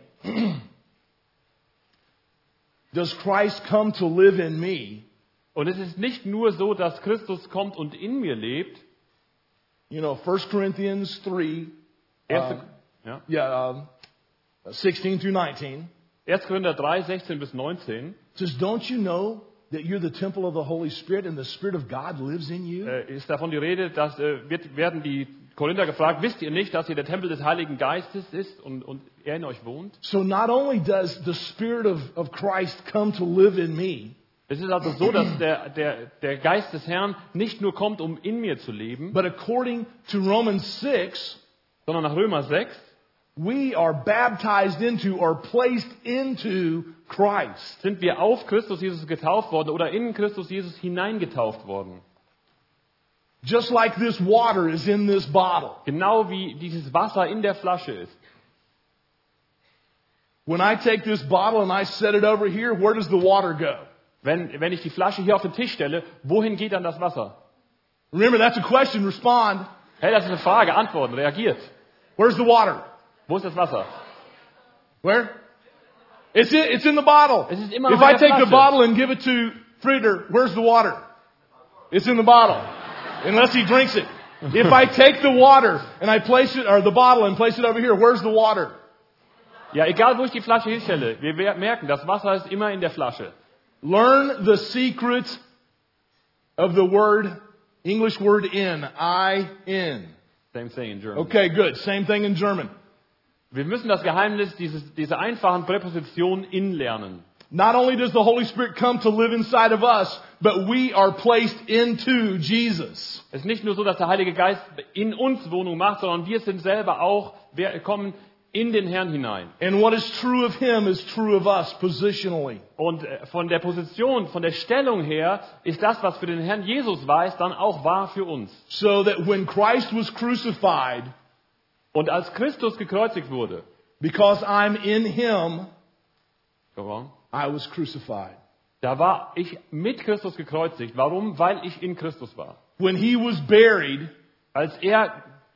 [SPEAKER 1] *clears throat* does Christ come to live in me,
[SPEAKER 2] Und es ist nicht nur so, dass Christus kommt und in mir lebt.
[SPEAKER 1] you know, 1 Corinthians 3,
[SPEAKER 2] Erste- ja.
[SPEAKER 1] yeah, um, 16 through 19,
[SPEAKER 2] 1. Korinther 3, 16 bis 19.
[SPEAKER 1] says, Don't you know that you're the
[SPEAKER 2] Uh,
[SPEAKER 1] temple of the Holy Spirit and the Spirit of God lives in you?
[SPEAKER 2] äh, ist davon die Rede, dass äh, wird, werden die Korinther gefragt, wisst ihr nicht, dass ihr der Tempel des Heiligen Geistes ist und, und er in euch wohnt?
[SPEAKER 1] So not only does the Spirit of, of Christ come to live in me,
[SPEAKER 2] Es ist also so, dass der, der, der Geist des Herrn nicht nur kommt, um in mir zu leben,
[SPEAKER 1] but according to Romans 6,
[SPEAKER 2] sondern nach Römer 6
[SPEAKER 1] we are baptized into or placed into Christ.
[SPEAKER 2] sind wir auf Christus Jesus getauft worden oder in Christus Jesus hineingetauft worden.
[SPEAKER 1] Just like this water is in this bottle.
[SPEAKER 2] Genau wie dieses Wasser in der Flasche ist.
[SPEAKER 1] When I take this bottle and I set it over here, where does the water go?
[SPEAKER 2] Wenn, wenn ich die Flasche hier auf den Tisch stelle, wohin geht dann das Wasser?
[SPEAKER 1] Remember, that's a question. Respond.
[SPEAKER 2] Hey, das ist eine Frage, antworten, reagiert.
[SPEAKER 1] Where's the water?
[SPEAKER 2] Wo ist das Wasser?
[SPEAKER 1] Where? It's in, it's in the bottle.
[SPEAKER 2] Es ist immer
[SPEAKER 1] If
[SPEAKER 2] noch in
[SPEAKER 1] I
[SPEAKER 2] der
[SPEAKER 1] take the
[SPEAKER 2] Flasche.
[SPEAKER 1] bottle and give it to Frieder, where's the water? It's in the bottle. Unless he drinks it. If I take the water and I place it, or the bottle and place it over here, where's the water?
[SPEAKER 2] Ja, egal wo ich die Flasche hinstelle, wir wer- merken, das Wasser ist immer in der Flasche.
[SPEAKER 1] Learn the secret of the word, English word in, I-N.
[SPEAKER 2] Same thing in German.
[SPEAKER 1] Okay, good. Same thing in German.
[SPEAKER 2] Wir müssen das Geheimnis dieses, dieser einfachen Präposition in lernen.
[SPEAKER 1] Not only does the Holy Spirit come to live inside of us, but we are placed into Jesus.
[SPEAKER 2] Es ist nicht nur so, dass der Heilige Geist in uns Wohnung macht, sondern wir sind selber auch, wir kommen in den Herrn hinein.
[SPEAKER 1] And what is true of him is true of us positionally.
[SPEAKER 2] Und äh, von der Position, von der Stellung her, ist das, was für den Herrn Jesus war, ist dann auch wahr für uns.
[SPEAKER 1] So that when Christ was crucified,
[SPEAKER 2] Und als Christus gekreuzigt wurde,
[SPEAKER 1] because I'm in him,
[SPEAKER 2] Go on.
[SPEAKER 1] I was crucified.
[SPEAKER 2] da war ich mit Christus gekreuzigt. Warum? Weil ich in Christus war.
[SPEAKER 1] When he was buried,
[SPEAKER 2] Als er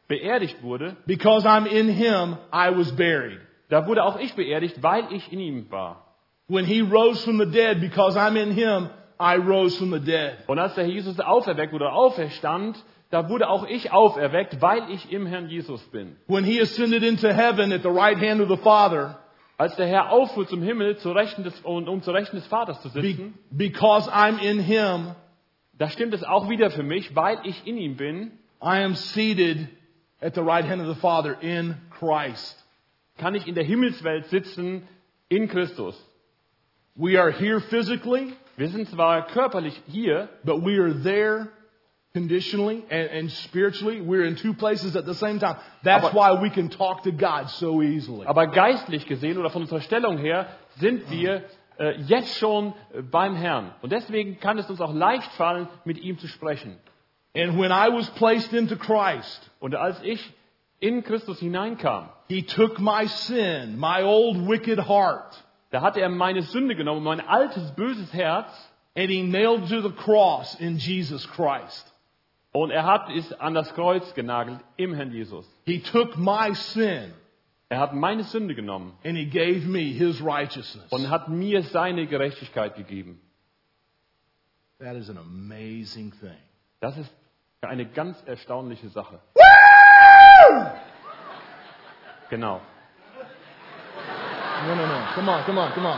[SPEAKER 2] beerdigt wurde,
[SPEAKER 1] because I'm in him, I was buried.
[SPEAKER 2] da wurde auch ich beerdigt, weil ich in ihm war.
[SPEAKER 1] When he rose from the dead, because I'm in him, I rose from the dead.
[SPEAKER 2] Und als der Herr Jesus auferweckt oder auferstand, da wurde auch ich auferweckt, weil ich im Herrn Jesus bin.
[SPEAKER 1] When he ascended into heaven at the right hand of the Father,
[SPEAKER 2] Als der Herr auffuhr zum Himmel, zu Rechten des, und um zu Rechten des Vaters zu
[SPEAKER 1] be-
[SPEAKER 2] sitzen,
[SPEAKER 1] because I'm in him,
[SPEAKER 2] da stimmt es auch wieder für mich, weil ich in ihm bin,
[SPEAKER 1] I am seated at the right hand of the Father in Christ.
[SPEAKER 2] kann ich in der Himmelswelt sitzen in Christus.
[SPEAKER 1] We are here physically,
[SPEAKER 2] Wir sind zwar körperlich hier,
[SPEAKER 1] But we are there conditionally and, and spiritually. We're in two places at the same time. That's
[SPEAKER 2] Aber-
[SPEAKER 1] why we can talk to God so easily.
[SPEAKER 2] aber geistlich gesehen oder von unserer Stellung her sind wir äh, jetzt schon äh, beim Herrn. Und deswegen kann es uns auch leicht fallen, mit ihm zu sprechen.
[SPEAKER 1] And when I was placed into Christ,
[SPEAKER 2] Und als ich in Christus hineinkam,
[SPEAKER 1] He took my sin, my old wicked heart,
[SPEAKER 2] Da hat er meine Sünde genommen, mein altes böses Herz,
[SPEAKER 1] and He nailed to the cross in Jesus Christ.
[SPEAKER 2] und er hat es an das Kreuz genagelt im Herrn Jesus.
[SPEAKER 1] He took my sin
[SPEAKER 2] Er hat meine Sünde genommen
[SPEAKER 1] and He gave me His righteousness.
[SPEAKER 2] und hat mir seine Gerechtigkeit gegeben.
[SPEAKER 1] That is an amazing thing.
[SPEAKER 2] Das ist eine ganz erstaunliche Sache. Genau.
[SPEAKER 1] No, no, no. Come on, come on, come on.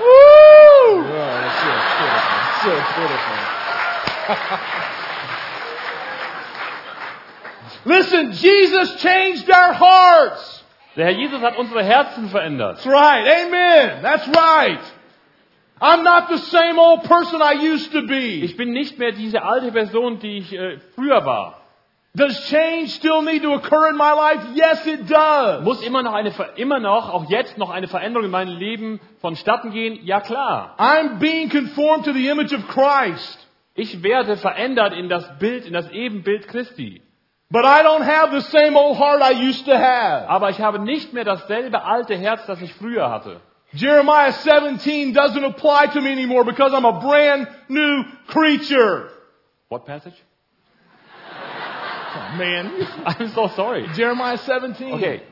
[SPEAKER 1] Woo! that's so beautiful. So beautiful. *laughs* Listen, Jesus changed our hearts.
[SPEAKER 2] Der Herr Jesus hat unsere Herzen verändert.
[SPEAKER 1] That's right. Amen. That's right. I'm not the same old person I used to be.
[SPEAKER 2] Ich bin nicht mehr diese alte Person, die ich äh, früher war.
[SPEAKER 1] Does change still need to occur in my life? Yes, it does.
[SPEAKER 2] Muss immer noch, eine, Ver- immer noch, auch jetzt noch eine Veränderung in meinem Leben vonstatten gehen? Ja klar.
[SPEAKER 1] I'm being conformed to the image of Christ,
[SPEAKER 2] Ich werde verändert in das Bild, in das Ebenbild Christi.
[SPEAKER 1] but I don't have the same old heart I used to have.
[SPEAKER 2] Aber ich habe nicht mehr dasselbe alte Herz, das ich früher hatte.
[SPEAKER 1] Jeremiah 17 doesn't apply to me anymore because I'm a brand new creature.
[SPEAKER 2] What passage? *laughs*
[SPEAKER 1] Oh, Man,
[SPEAKER 2] I'm so sorry.
[SPEAKER 1] Jeremiah 17.
[SPEAKER 2] Okay.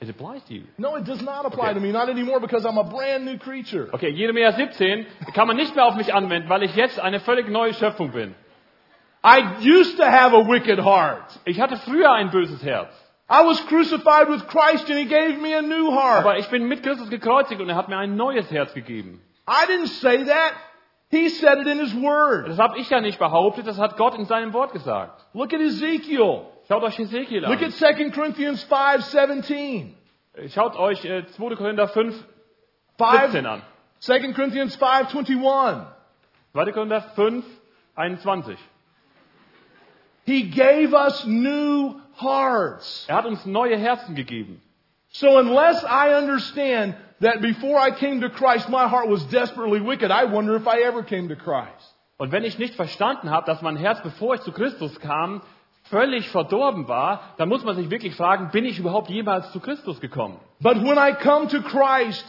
[SPEAKER 2] It applies to you.
[SPEAKER 1] No, it does not apply
[SPEAKER 2] Okay.
[SPEAKER 1] to me, not anymore because I'm a brand new creature.
[SPEAKER 2] Okay, Jeremia 17 kann man nicht mehr auf mich anwenden, weil ich jetzt eine völlig neue Schöpfung bin.
[SPEAKER 1] I used to have a wicked heart.
[SPEAKER 2] Ich hatte früher ein böses Herz.
[SPEAKER 1] I was crucified with Christ and he gave me a new heart.
[SPEAKER 2] Aber ich bin mit Christus gekreuzigt und er hat mir ein neues Herz gegeben.
[SPEAKER 1] I didn't say that. He said it in his word.
[SPEAKER 2] Das habe ich ja nicht behauptet, das hat Gott in seinem Wort gesagt.
[SPEAKER 1] Look at Ezekiel.
[SPEAKER 2] Schaut euch Hesekiel
[SPEAKER 1] Look
[SPEAKER 2] an.
[SPEAKER 1] at 2 Corinthians 5 17.
[SPEAKER 2] Schaut euch äh, 2. Korinther 5, 17
[SPEAKER 1] 5
[SPEAKER 2] an.
[SPEAKER 1] 2 Corinthians 5 21.
[SPEAKER 2] 2. Korinther 5, 21.
[SPEAKER 1] He gave us new hearts.
[SPEAKER 2] Er hat uns neue Herzen gegeben.
[SPEAKER 1] So unless I understand that before I came to Christ, my heart was desperately wicked, I wonder if I ever came to Christ.
[SPEAKER 2] Und wenn ich nicht verstanden habe, dass mein Herz, bevor ich zu Christus kam, völlig verdorben war, dann muss man sich wirklich fragen, bin ich überhaupt jemals zu Christus gekommen?
[SPEAKER 1] But when I come to Christ,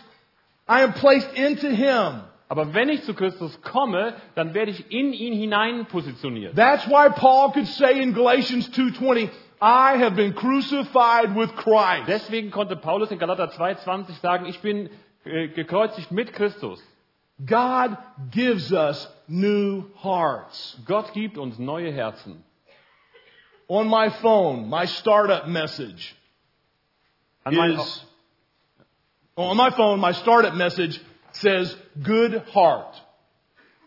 [SPEAKER 1] I am placed into Him.
[SPEAKER 2] Aber wenn ich zu Christus komme, dann werde ich in ihn hinein positioniert.
[SPEAKER 1] That's why Paul could say in Galatians 2.20, I have been crucified with Christ.
[SPEAKER 2] Deswegen konnte Paulus in Galater 2,20 sagen, ich bin äh, gekreuzigt mit Christus.
[SPEAKER 1] God gives us new hearts.
[SPEAKER 2] Gott gibt uns neue Herzen.
[SPEAKER 1] On my phone, my startup message
[SPEAKER 2] An mein-
[SPEAKER 1] is, on my phone, my startup message says, good heart.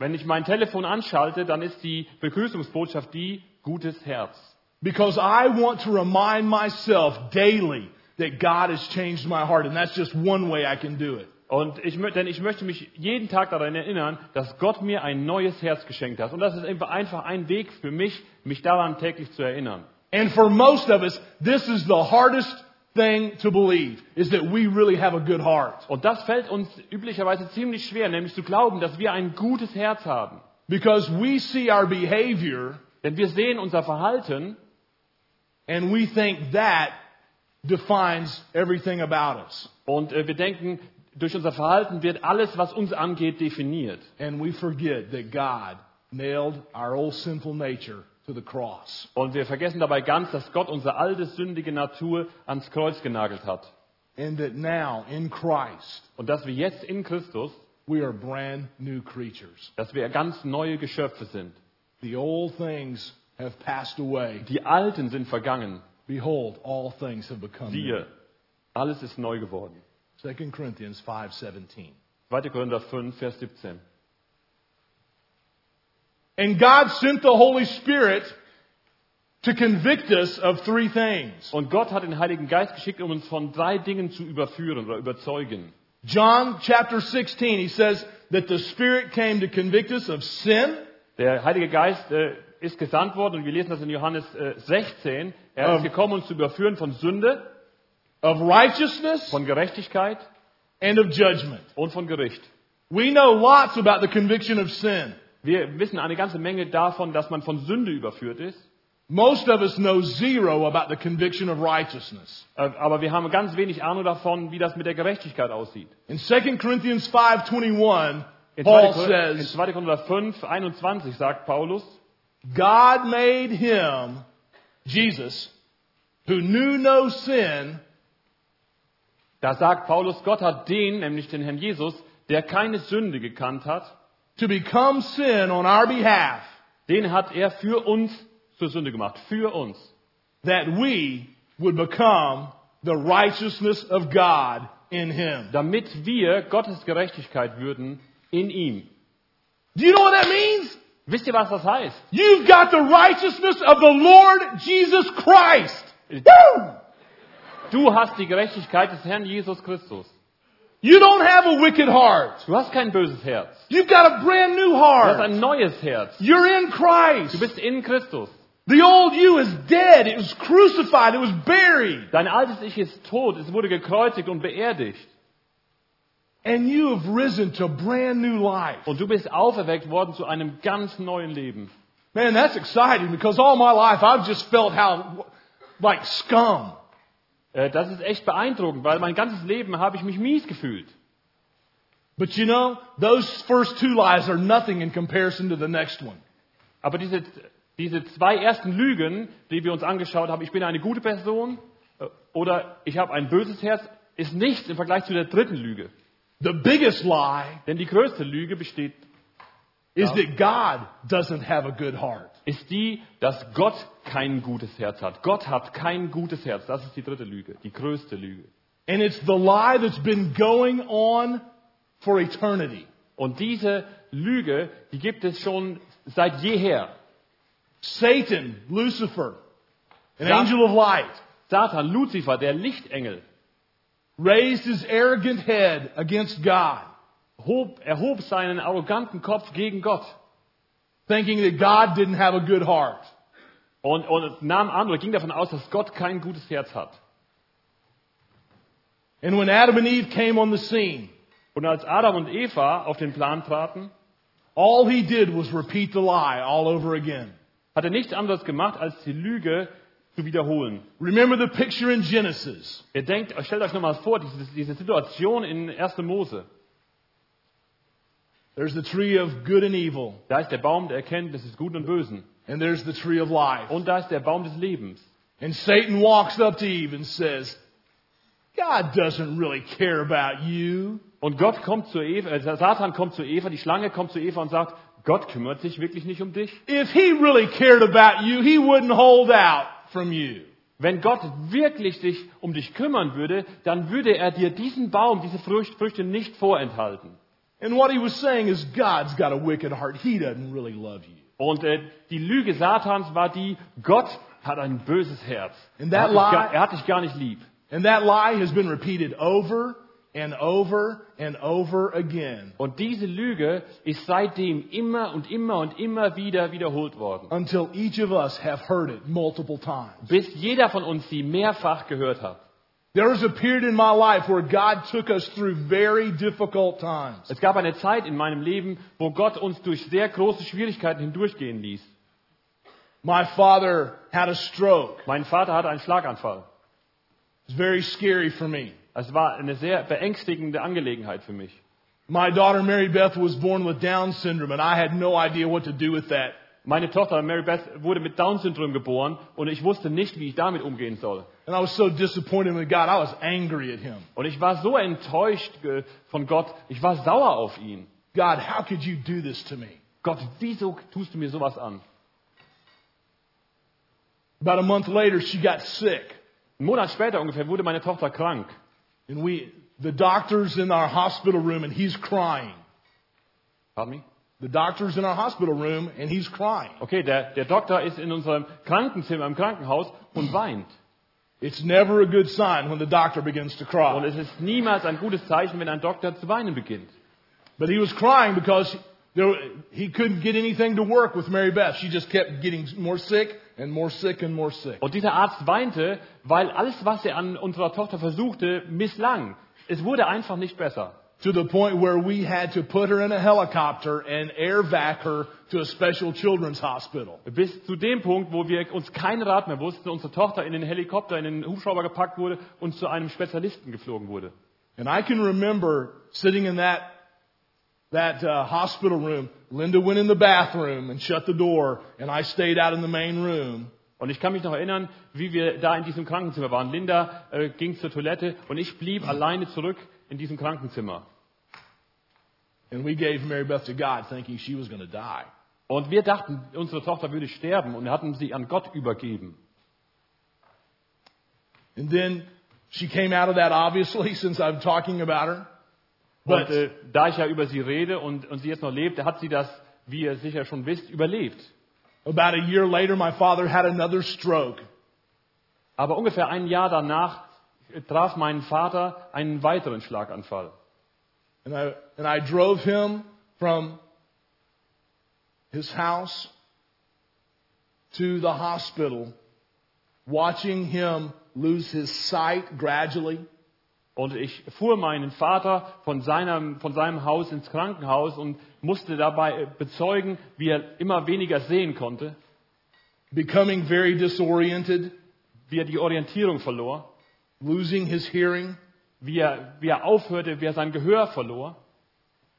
[SPEAKER 2] wenn ich mein Telefon anschalte, dann ist die Begrüßungsbotschaft die gutes Herz.
[SPEAKER 1] Because I want to remind myself daily that God has changed my heart, and that's just one way I can do it.
[SPEAKER 2] Und ich, mö- denn ich möchte mich jeden Tag daran erinnern, dass Gott mir ein neues Herz geschenkt hat. Und das ist einfach- einfach ein Weg für mich, mich daran täglich zu erinnern.
[SPEAKER 1] And for most of us, this is the hardest thing to believe, is that we really have a good heart.
[SPEAKER 2] Und das fällt uns üblicherweise ziemlich schwer, nämlich zu glauben, dass wir ein gutes Herz haben.
[SPEAKER 1] Because we see our behavior
[SPEAKER 2] Denn wir sehen unser Verhalten
[SPEAKER 1] and we think that defines everything about us.
[SPEAKER 2] und äh, wir denken, durch unser Verhalten wird alles, was uns angeht, definiert.
[SPEAKER 1] And we forget that God nailed our old sinful nature to the cross.
[SPEAKER 2] Und wir vergessen dabei ganz, dass Gott unsere alte, sündige Natur ans Kreuz genagelt hat.
[SPEAKER 1] And that now, in Christ,
[SPEAKER 2] Und dass wir jetzt in Christus,
[SPEAKER 1] we are brand new creatures.
[SPEAKER 2] dass wir ganz neue Geschöpfe sind.
[SPEAKER 1] The old things have passed away.
[SPEAKER 2] Die Alten sind vergangen.
[SPEAKER 1] Behold, all things have become new.
[SPEAKER 2] Siehe, alles ist neu geworden.
[SPEAKER 1] 2 Corinthians 5:17.
[SPEAKER 2] 2. Korinther 5, Vers 17.
[SPEAKER 1] And God sent the Holy Spirit to convict us of three things.
[SPEAKER 2] Und Gott hat den Heiligen Geist geschickt, um uns von drei Dingen zu überführen oder überzeugen.
[SPEAKER 1] John chapter 16, he says that the Spirit came to convict us of sin,
[SPEAKER 2] Der Heilige Geist äh, ist gesandt worden und wir lesen das in Johannes äh, 16. Er ist
[SPEAKER 1] Ähm.
[SPEAKER 2] gekommen, uns zu überführen von Sünde,
[SPEAKER 1] of righteousness,
[SPEAKER 2] von Gerechtigkeit
[SPEAKER 1] and of judgment.
[SPEAKER 2] und von Gericht.
[SPEAKER 1] We know lots about the conviction of sin.
[SPEAKER 2] Wir wissen eine ganze Menge davon, dass man von Sünde überführt ist.
[SPEAKER 1] Most of us know zero about the conviction of righteousness.
[SPEAKER 2] Äh, Aber wir haben ganz wenig Ahnung davon, wie das mit der Gerechtigkeit aussieht.
[SPEAKER 1] In 2 Corinthians 5:21,
[SPEAKER 2] In 2.
[SPEAKER 1] Paul
[SPEAKER 2] Korinther- in
[SPEAKER 1] says,
[SPEAKER 2] 2. Korinther 5, 21 sagt Paulus,
[SPEAKER 1] God made him, Jesus, who knew no sin,
[SPEAKER 2] da sagt Paulus, Gott hat den, nämlich den Herrn Jesus, der keine Sünde gekannt hat,
[SPEAKER 1] to become sin on our behalf,
[SPEAKER 2] den hat er für uns zur Sünde gemacht, für uns,
[SPEAKER 1] that we would become the righteousness of God in him.
[SPEAKER 2] damit wir Gottes Gerechtigkeit würden in ihm.
[SPEAKER 1] Do you know what that means?
[SPEAKER 2] Wisst ihr, was das heißt?
[SPEAKER 1] You've got the righteousness of the Lord Jesus Christ.
[SPEAKER 2] It-
[SPEAKER 1] Woo!
[SPEAKER 2] Du hast die Gerechtigkeit des Herrn Jesus Christus.
[SPEAKER 1] You don't have a wicked heart.
[SPEAKER 2] Du hast kein böses Herz.
[SPEAKER 1] You've got a brand new
[SPEAKER 2] Du hast
[SPEAKER 1] heart.
[SPEAKER 2] ein neues Herz.
[SPEAKER 1] You're in Christ.
[SPEAKER 2] Du bist in Christus.
[SPEAKER 1] The old you is dead. It was crucified. It was buried.
[SPEAKER 2] Dein altes Ich ist tot. Es wurde gekreuzigt und beerdigt.
[SPEAKER 1] And you have risen to brand new life.
[SPEAKER 2] Und du bist auferweckt worden zu einem ganz neuen Leben.
[SPEAKER 1] Man, that's exciting because all my life I've just felt how like scum.
[SPEAKER 2] Äh, Das ist echt beeindruckend, weil mein ganzes Leben habe ich mich mies gefühlt.
[SPEAKER 1] But you know, those first two lies are nothing in comparison to the next one.
[SPEAKER 2] Aber diese, diese zwei ersten Lügen, die wir uns angeschaut haben, ich bin eine gute Person äh, oder ich habe ein böses Herz, ist nichts im Vergleich zu der dritten Lüge.
[SPEAKER 1] The biggest lie
[SPEAKER 2] Denn die größte Lüge besteht,
[SPEAKER 1] is that God doesn't have a good heart.
[SPEAKER 2] ist die, dass Gott kein gutes Herz hat. Gott hat kein gutes Herz. Das ist die dritte Lüge, die größte Lüge.
[SPEAKER 1] And it's the lie that's been going on for eternity.
[SPEAKER 2] Und diese Lüge, die gibt es schon seit jeher.
[SPEAKER 1] Satan, Lucifer, an
[SPEAKER 2] Ja.
[SPEAKER 1] angel of light,
[SPEAKER 2] Satan, Luzifer, der Lichtengel,
[SPEAKER 1] raised his arrogant head against God,
[SPEAKER 2] hob, erhob seinen arroganten Kopf gegen Gott
[SPEAKER 1] thinking that God didn't have a good heart.
[SPEAKER 2] und, und nahm an oder ging davon aus, dass Gott kein gutes Herz hat.
[SPEAKER 1] And when Adam and Eve came on the scene,
[SPEAKER 2] Und als Adam und Eva auf den Plan traten,
[SPEAKER 1] all he did was repeat the lie all over again.
[SPEAKER 2] hat er nichts anderes gemacht, als die Lüge zu wiederholen.
[SPEAKER 1] Remember the picture in Genesis.
[SPEAKER 2] Ihr denkt, stellt euch nochmal vor, diese, diese Situation in 1. Mose.
[SPEAKER 1] There's the tree of good and evil,
[SPEAKER 2] Da ist der Baum der Erkenntnis des Guten und Bösen.
[SPEAKER 1] and there's the tree of life.
[SPEAKER 2] Und da ist der Baum des Lebens.
[SPEAKER 1] And Satan walks up to Eve and says, God doesn't really care about you.
[SPEAKER 2] Und Gott kommt zu Eva, äh, Satan kommt zu Eva, die Schlange kommt zu Eva und sagt, Gott kümmert sich wirklich nicht um dich.
[SPEAKER 1] If he really cared about you, he wouldn't hold out from you.
[SPEAKER 2] Wenn Gott wirklich sich um dich kümmern würde, dann würde er dir diesen Baum, diese Frücht- Früchte nicht vorenthalten.
[SPEAKER 1] And what he was saying is, God's got a wicked heart. He doesn't really love you.
[SPEAKER 2] Und äh, die Lüge Satans war die, Gott hat ein böses Herz.
[SPEAKER 1] In
[SPEAKER 2] er,
[SPEAKER 1] that
[SPEAKER 2] hat dich gar,
[SPEAKER 1] lie-
[SPEAKER 2] er hat dich gar nicht lieb.
[SPEAKER 1] And that lie has been repeated over and over and over again
[SPEAKER 2] Und diese Lüge ist seitdem immer und immer und immer wieder wiederholt worden.
[SPEAKER 1] until each of us have heard it multiple times.
[SPEAKER 2] Bis jeder von uns sie mehrfach gehört hat.
[SPEAKER 1] There was a period in my life where God took us through very difficult times.
[SPEAKER 2] Es gab eine Zeit in meinem Leben, wo Gott uns durch sehr große Schwierigkeiten hindurchgehen ließ.
[SPEAKER 1] My father had a stroke.
[SPEAKER 2] Mein Vater hatte einen Schlaganfall.
[SPEAKER 1] It was very scary for me.
[SPEAKER 2] Es war eine sehr beängstigende Angelegenheit für mich.
[SPEAKER 1] My daughter Mary Beth was born with Down syndrome, and I had no idea what to do with that.
[SPEAKER 2] Meine Tochter Mary Beth wurde mit Down-Syndrom geboren und ich wusste nicht, wie ich damit umgehen soll.
[SPEAKER 1] And I was so disappointed with God, I was angry at Him.
[SPEAKER 2] Und ich war so enttäuscht äh, von Gott, ich war sauer auf ihn.
[SPEAKER 1] God, how could you do this to me?
[SPEAKER 2] Gott, wieso tust du mir sowas an?
[SPEAKER 1] About a month later, she got sick,
[SPEAKER 2] Einen Monat später ungefähr wurde meine Tochter krank.
[SPEAKER 1] and we, the doctor's in our hospital room, and he's crying.
[SPEAKER 2] Pardon me?
[SPEAKER 1] The doctor's in our hospital room, and he's crying.
[SPEAKER 2] Okay, der, der Doktor ist in unserem Krankenzimmer im Krankenhaus und weint.
[SPEAKER 1] It's never a good sign when the doctor begins to
[SPEAKER 2] Und
[SPEAKER 1] cry.
[SPEAKER 2] es ist niemals ein gutes Zeichen, wenn ein Doktor zu weinen beginnt.
[SPEAKER 1] But he was crying because there, he couldn't get anything to work with Mary Beth. She just kept getting more sick and more sick and more sick.
[SPEAKER 2] Und dieser Arzt weinte, weil alles, was er an unserer Tochter versuchte, misslang. Es wurde einfach nicht besser.
[SPEAKER 1] to the point where we had to put her in a helicopter and air vac her to a special children's hospital.
[SPEAKER 2] Bis zu dem Punkt, wo wir uns keinen Rat mehr wussten, unsere Tochter in den Helikopter, in den Hubschrauber gepackt wurde und zu einem Spezialisten geflogen wurde.
[SPEAKER 1] And I can remember sitting in that that uh, hospital room. Linda went in the bathroom and shut the door, and I stayed out in the main room.
[SPEAKER 2] Und ich kann mich noch erinnern, wie wir da in diesem Krankenzimmer waren. Linda äh, ging zur Toilette und ich blieb alleine zurück in diesem Krankenzimmer.
[SPEAKER 1] And we gave Mary Beth to God, thinking she was going to die.
[SPEAKER 2] Und wir dachten, unsere Tochter würde sterben und hatten sie an Gott übergeben.
[SPEAKER 1] And then she came out of that, obviously, *laughs* since I'm talking about her.
[SPEAKER 2] Und
[SPEAKER 1] But
[SPEAKER 2] äh, da ich ja über sie rede und, und sie jetzt noch lebt, hat sie das, wie ihr sicher schon wisst, überlebt.
[SPEAKER 1] about a year later, my father had another stroke.
[SPEAKER 2] Aber ungefähr ein Jahr danach äh, traf mein Vater einen weiteren Schlaganfall.
[SPEAKER 1] And I, and I drove him from his house to the hospital, watching him lose his sight gradually,
[SPEAKER 2] Und ich fuhr meinen Vater von seinem, von seinem Haus ins Krankenhaus und musste dabei äh, bezeugen, wie er immer weniger sehen konnte,
[SPEAKER 1] becoming very disoriented,
[SPEAKER 2] wie er die Orientierung verlor,
[SPEAKER 1] losing his hearing.
[SPEAKER 2] wie er, wie er aufhörte, wie er sein Gehör verlor.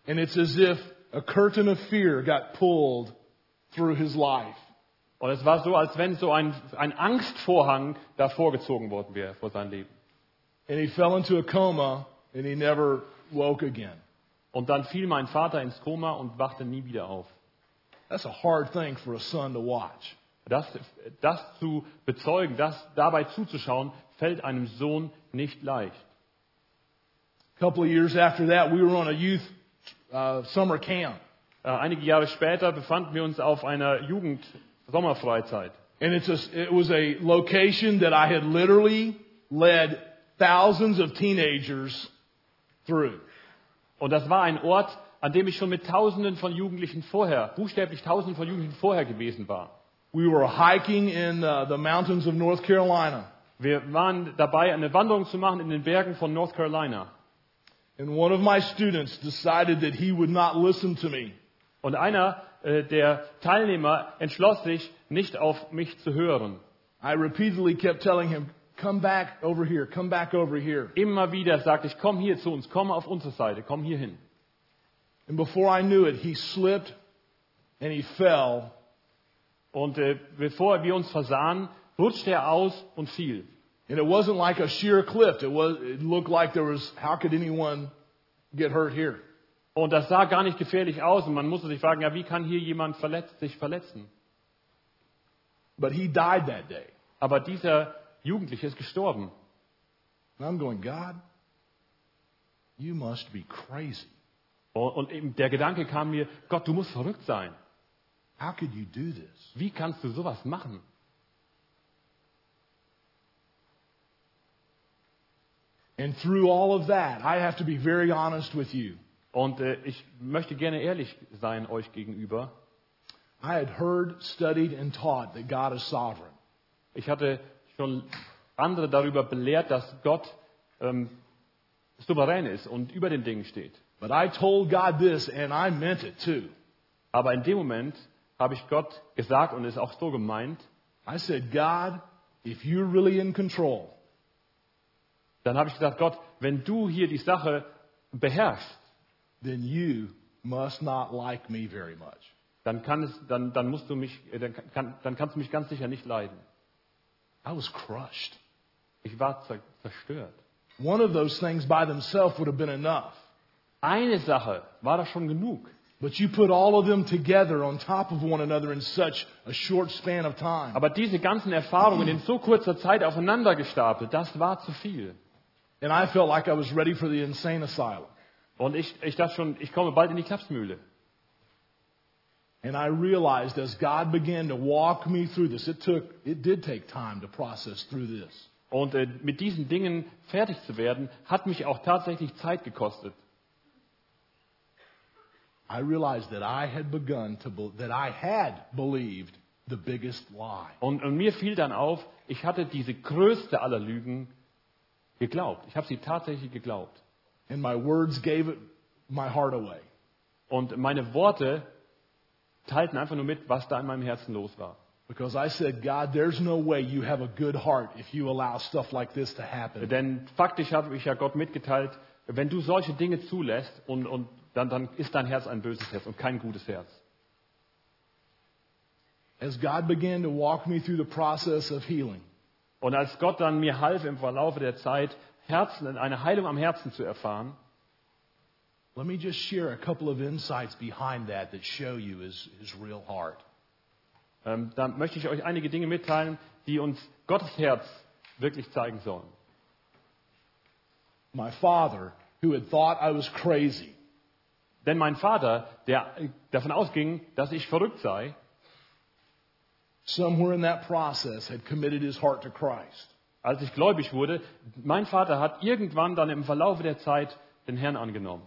[SPEAKER 1] And it's as if a curtain of fear got pulled through his life.
[SPEAKER 2] Und es war so, als wenn so ein, ein Angstvorhang davor gezogen worden wäre vor sein Leben.
[SPEAKER 1] And he fell into a coma and he never woke again.
[SPEAKER 2] Und dann fiel mein Vater ins Koma und wachte nie wieder auf.
[SPEAKER 1] That's a hard thing for a son to watch.
[SPEAKER 2] Das, das zu bezeugen, das dabei zuzuschauen, fällt einem Sohn nicht leicht.
[SPEAKER 1] A couple of years after that, we were on a youth uh, summer camp.
[SPEAKER 2] Äh, Einige Jahre später befanden wir uns auf einer Jugend-Sommerfreizeit.
[SPEAKER 1] And it's a, it was a location that I had literally led thousands of teenagers through.
[SPEAKER 2] Und das war ein Ort, an dem ich schon mit Tausenden von Jugendlichen vorher, buchstäblich Tausenden von Jugendlichen vorher gewesen war.
[SPEAKER 1] We were hiking in uh, the mountains of North Carolina,
[SPEAKER 2] Wir waren dabei, eine Wanderung zu machen in den Bergen von North Carolina.
[SPEAKER 1] and one of my students decided that he would not listen to me.
[SPEAKER 2] Und einer äh, der Teilnehmer entschloss sich, nicht auf mich zu hören.
[SPEAKER 1] I repeatedly kept telling him, Come back over here, come back over here.
[SPEAKER 2] Immer wieder sagte ich, komm hier zu uns, komm auf unsere Seite, komm hier hin.
[SPEAKER 1] And before I knew it, he slipped and he fell
[SPEAKER 2] Und äh, bevor wir uns versahen, rutschte er aus und fiel.
[SPEAKER 1] And it wasn't like a sheer cliff. It was. It looked like there was. How could anyone get hurt here?
[SPEAKER 2] Und das sah gar nicht gefährlich aus. Und man musste sich fragen, ja, wie kann hier jemand verletzt, sich verletzen?
[SPEAKER 1] But he died that day.
[SPEAKER 2] Aber dieser Jugendliche ist gestorben.
[SPEAKER 1] And I'm going, God, you must be crazy.
[SPEAKER 2] Und und eben der Gedanke kam mir, Gott, du musst verrückt sein.
[SPEAKER 1] How could you do this?
[SPEAKER 2] Wie kannst du sowas machen?
[SPEAKER 1] And through all of that, I have to be very honest with you.
[SPEAKER 2] Und äh, ich möchte gerne ehrlich sein euch gegenüber.
[SPEAKER 1] I had heard, studied, and taught that God is sovereign.
[SPEAKER 2] Ich hatte schon andere darüber belehrt, dass Gott ähm, souverän ist und über den Dingen steht.
[SPEAKER 1] But I told God this, and I meant it too.
[SPEAKER 2] Aber in dem Moment habe ich Gott gesagt und es auch so gemeint,
[SPEAKER 1] I said, God, if you're really in control,
[SPEAKER 2] dann habe ich gesagt, Gott, wenn du hier die Sache beherrschst,
[SPEAKER 1] then you must not like me very much.
[SPEAKER 2] dann, kann es, dann, dann, musst du mich, äh, dann, kann, dann kannst du mich ganz sicher nicht leiden.
[SPEAKER 1] I was crushed.
[SPEAKER 2] Ich war zer zerstört.
[SPEAKER 1] One of those things by themselves would have been enough.
[SPEAKER 2] Eine Sache war das schon genug.
[SPEAKER 1] But you put all of them together on top of one another in such a short span of time.
[SPEAKER 2] Aber diese ganzen Erfahrungen in so kurzer Zeit aufeinander gestapelt, das war zu viel.
[SPEAKER 1] And I felt like I was ready for the insane asylum.
[SPEAKER 2] Und ich, ich dachte schon, ich komme bald in die Klapsmühle.
[SPEAKER 1] And I realized as God began to walk me through this, it took, it did take time to process through this.
[SPEAKER 2] Und äh, mit diesen Dingen fertig zu werden, hat mich auch tatsächlich Zeit gekostet.
[SPEAKER 1] I realized that I had begun to, be, that I had believed the biggest lie.
[SPEAKER 2] Und, und mir fiel dann auf, ich hatte diese größte aller Lügen geglaubt. Ich habe sie tatsächlich geglaubt.
[SPEAKER 1] And my words gave it, my heart away.
[SPEAKER 2] Und meine Worte teilten einfach nur mit, was da in meinem Herzen los war.
[SPEAKER 1] Because I said, God, there's no way you have a good heart if you allow stuff like this to happen.
[SPEAKER 2] Denn faktisch habe ich ja Gott mitgeteilt, wenn du solche Dinge zulässt, und, und dann, dann ist dein Herz ein böses Herz und kein gutes Herz.
[SPEAKER 1] As God began to walk me through the process of healing,
[SPEAKER 2] Und als Gott dann mir half, im Verlaufe der Zeit Herzen, eine Heilung am Herzen zu erfahren,
[SPEAKER 1] let me just share a couple of insights behind that that show you his, his real heart.
[SPEAKER 2] ähm, dann möchte ich euch einige Dinge mitteilen, die uns Gottes Herz wirklich zeigen sollen.
[SPEAKER 1] My father, who had thought I was crazy,
[SPEAKER 2] Denn mein Vater, der äh, davon ausging, dass ich verrückt sei,
[SPEAKER 1] somewhere in that process had committed his heart to Christ.
[SPEAKER 2] als ich gläubig wurde, mein Vater hat irgendwann dann im Verlaufe der Zeit den Herrn angenommen.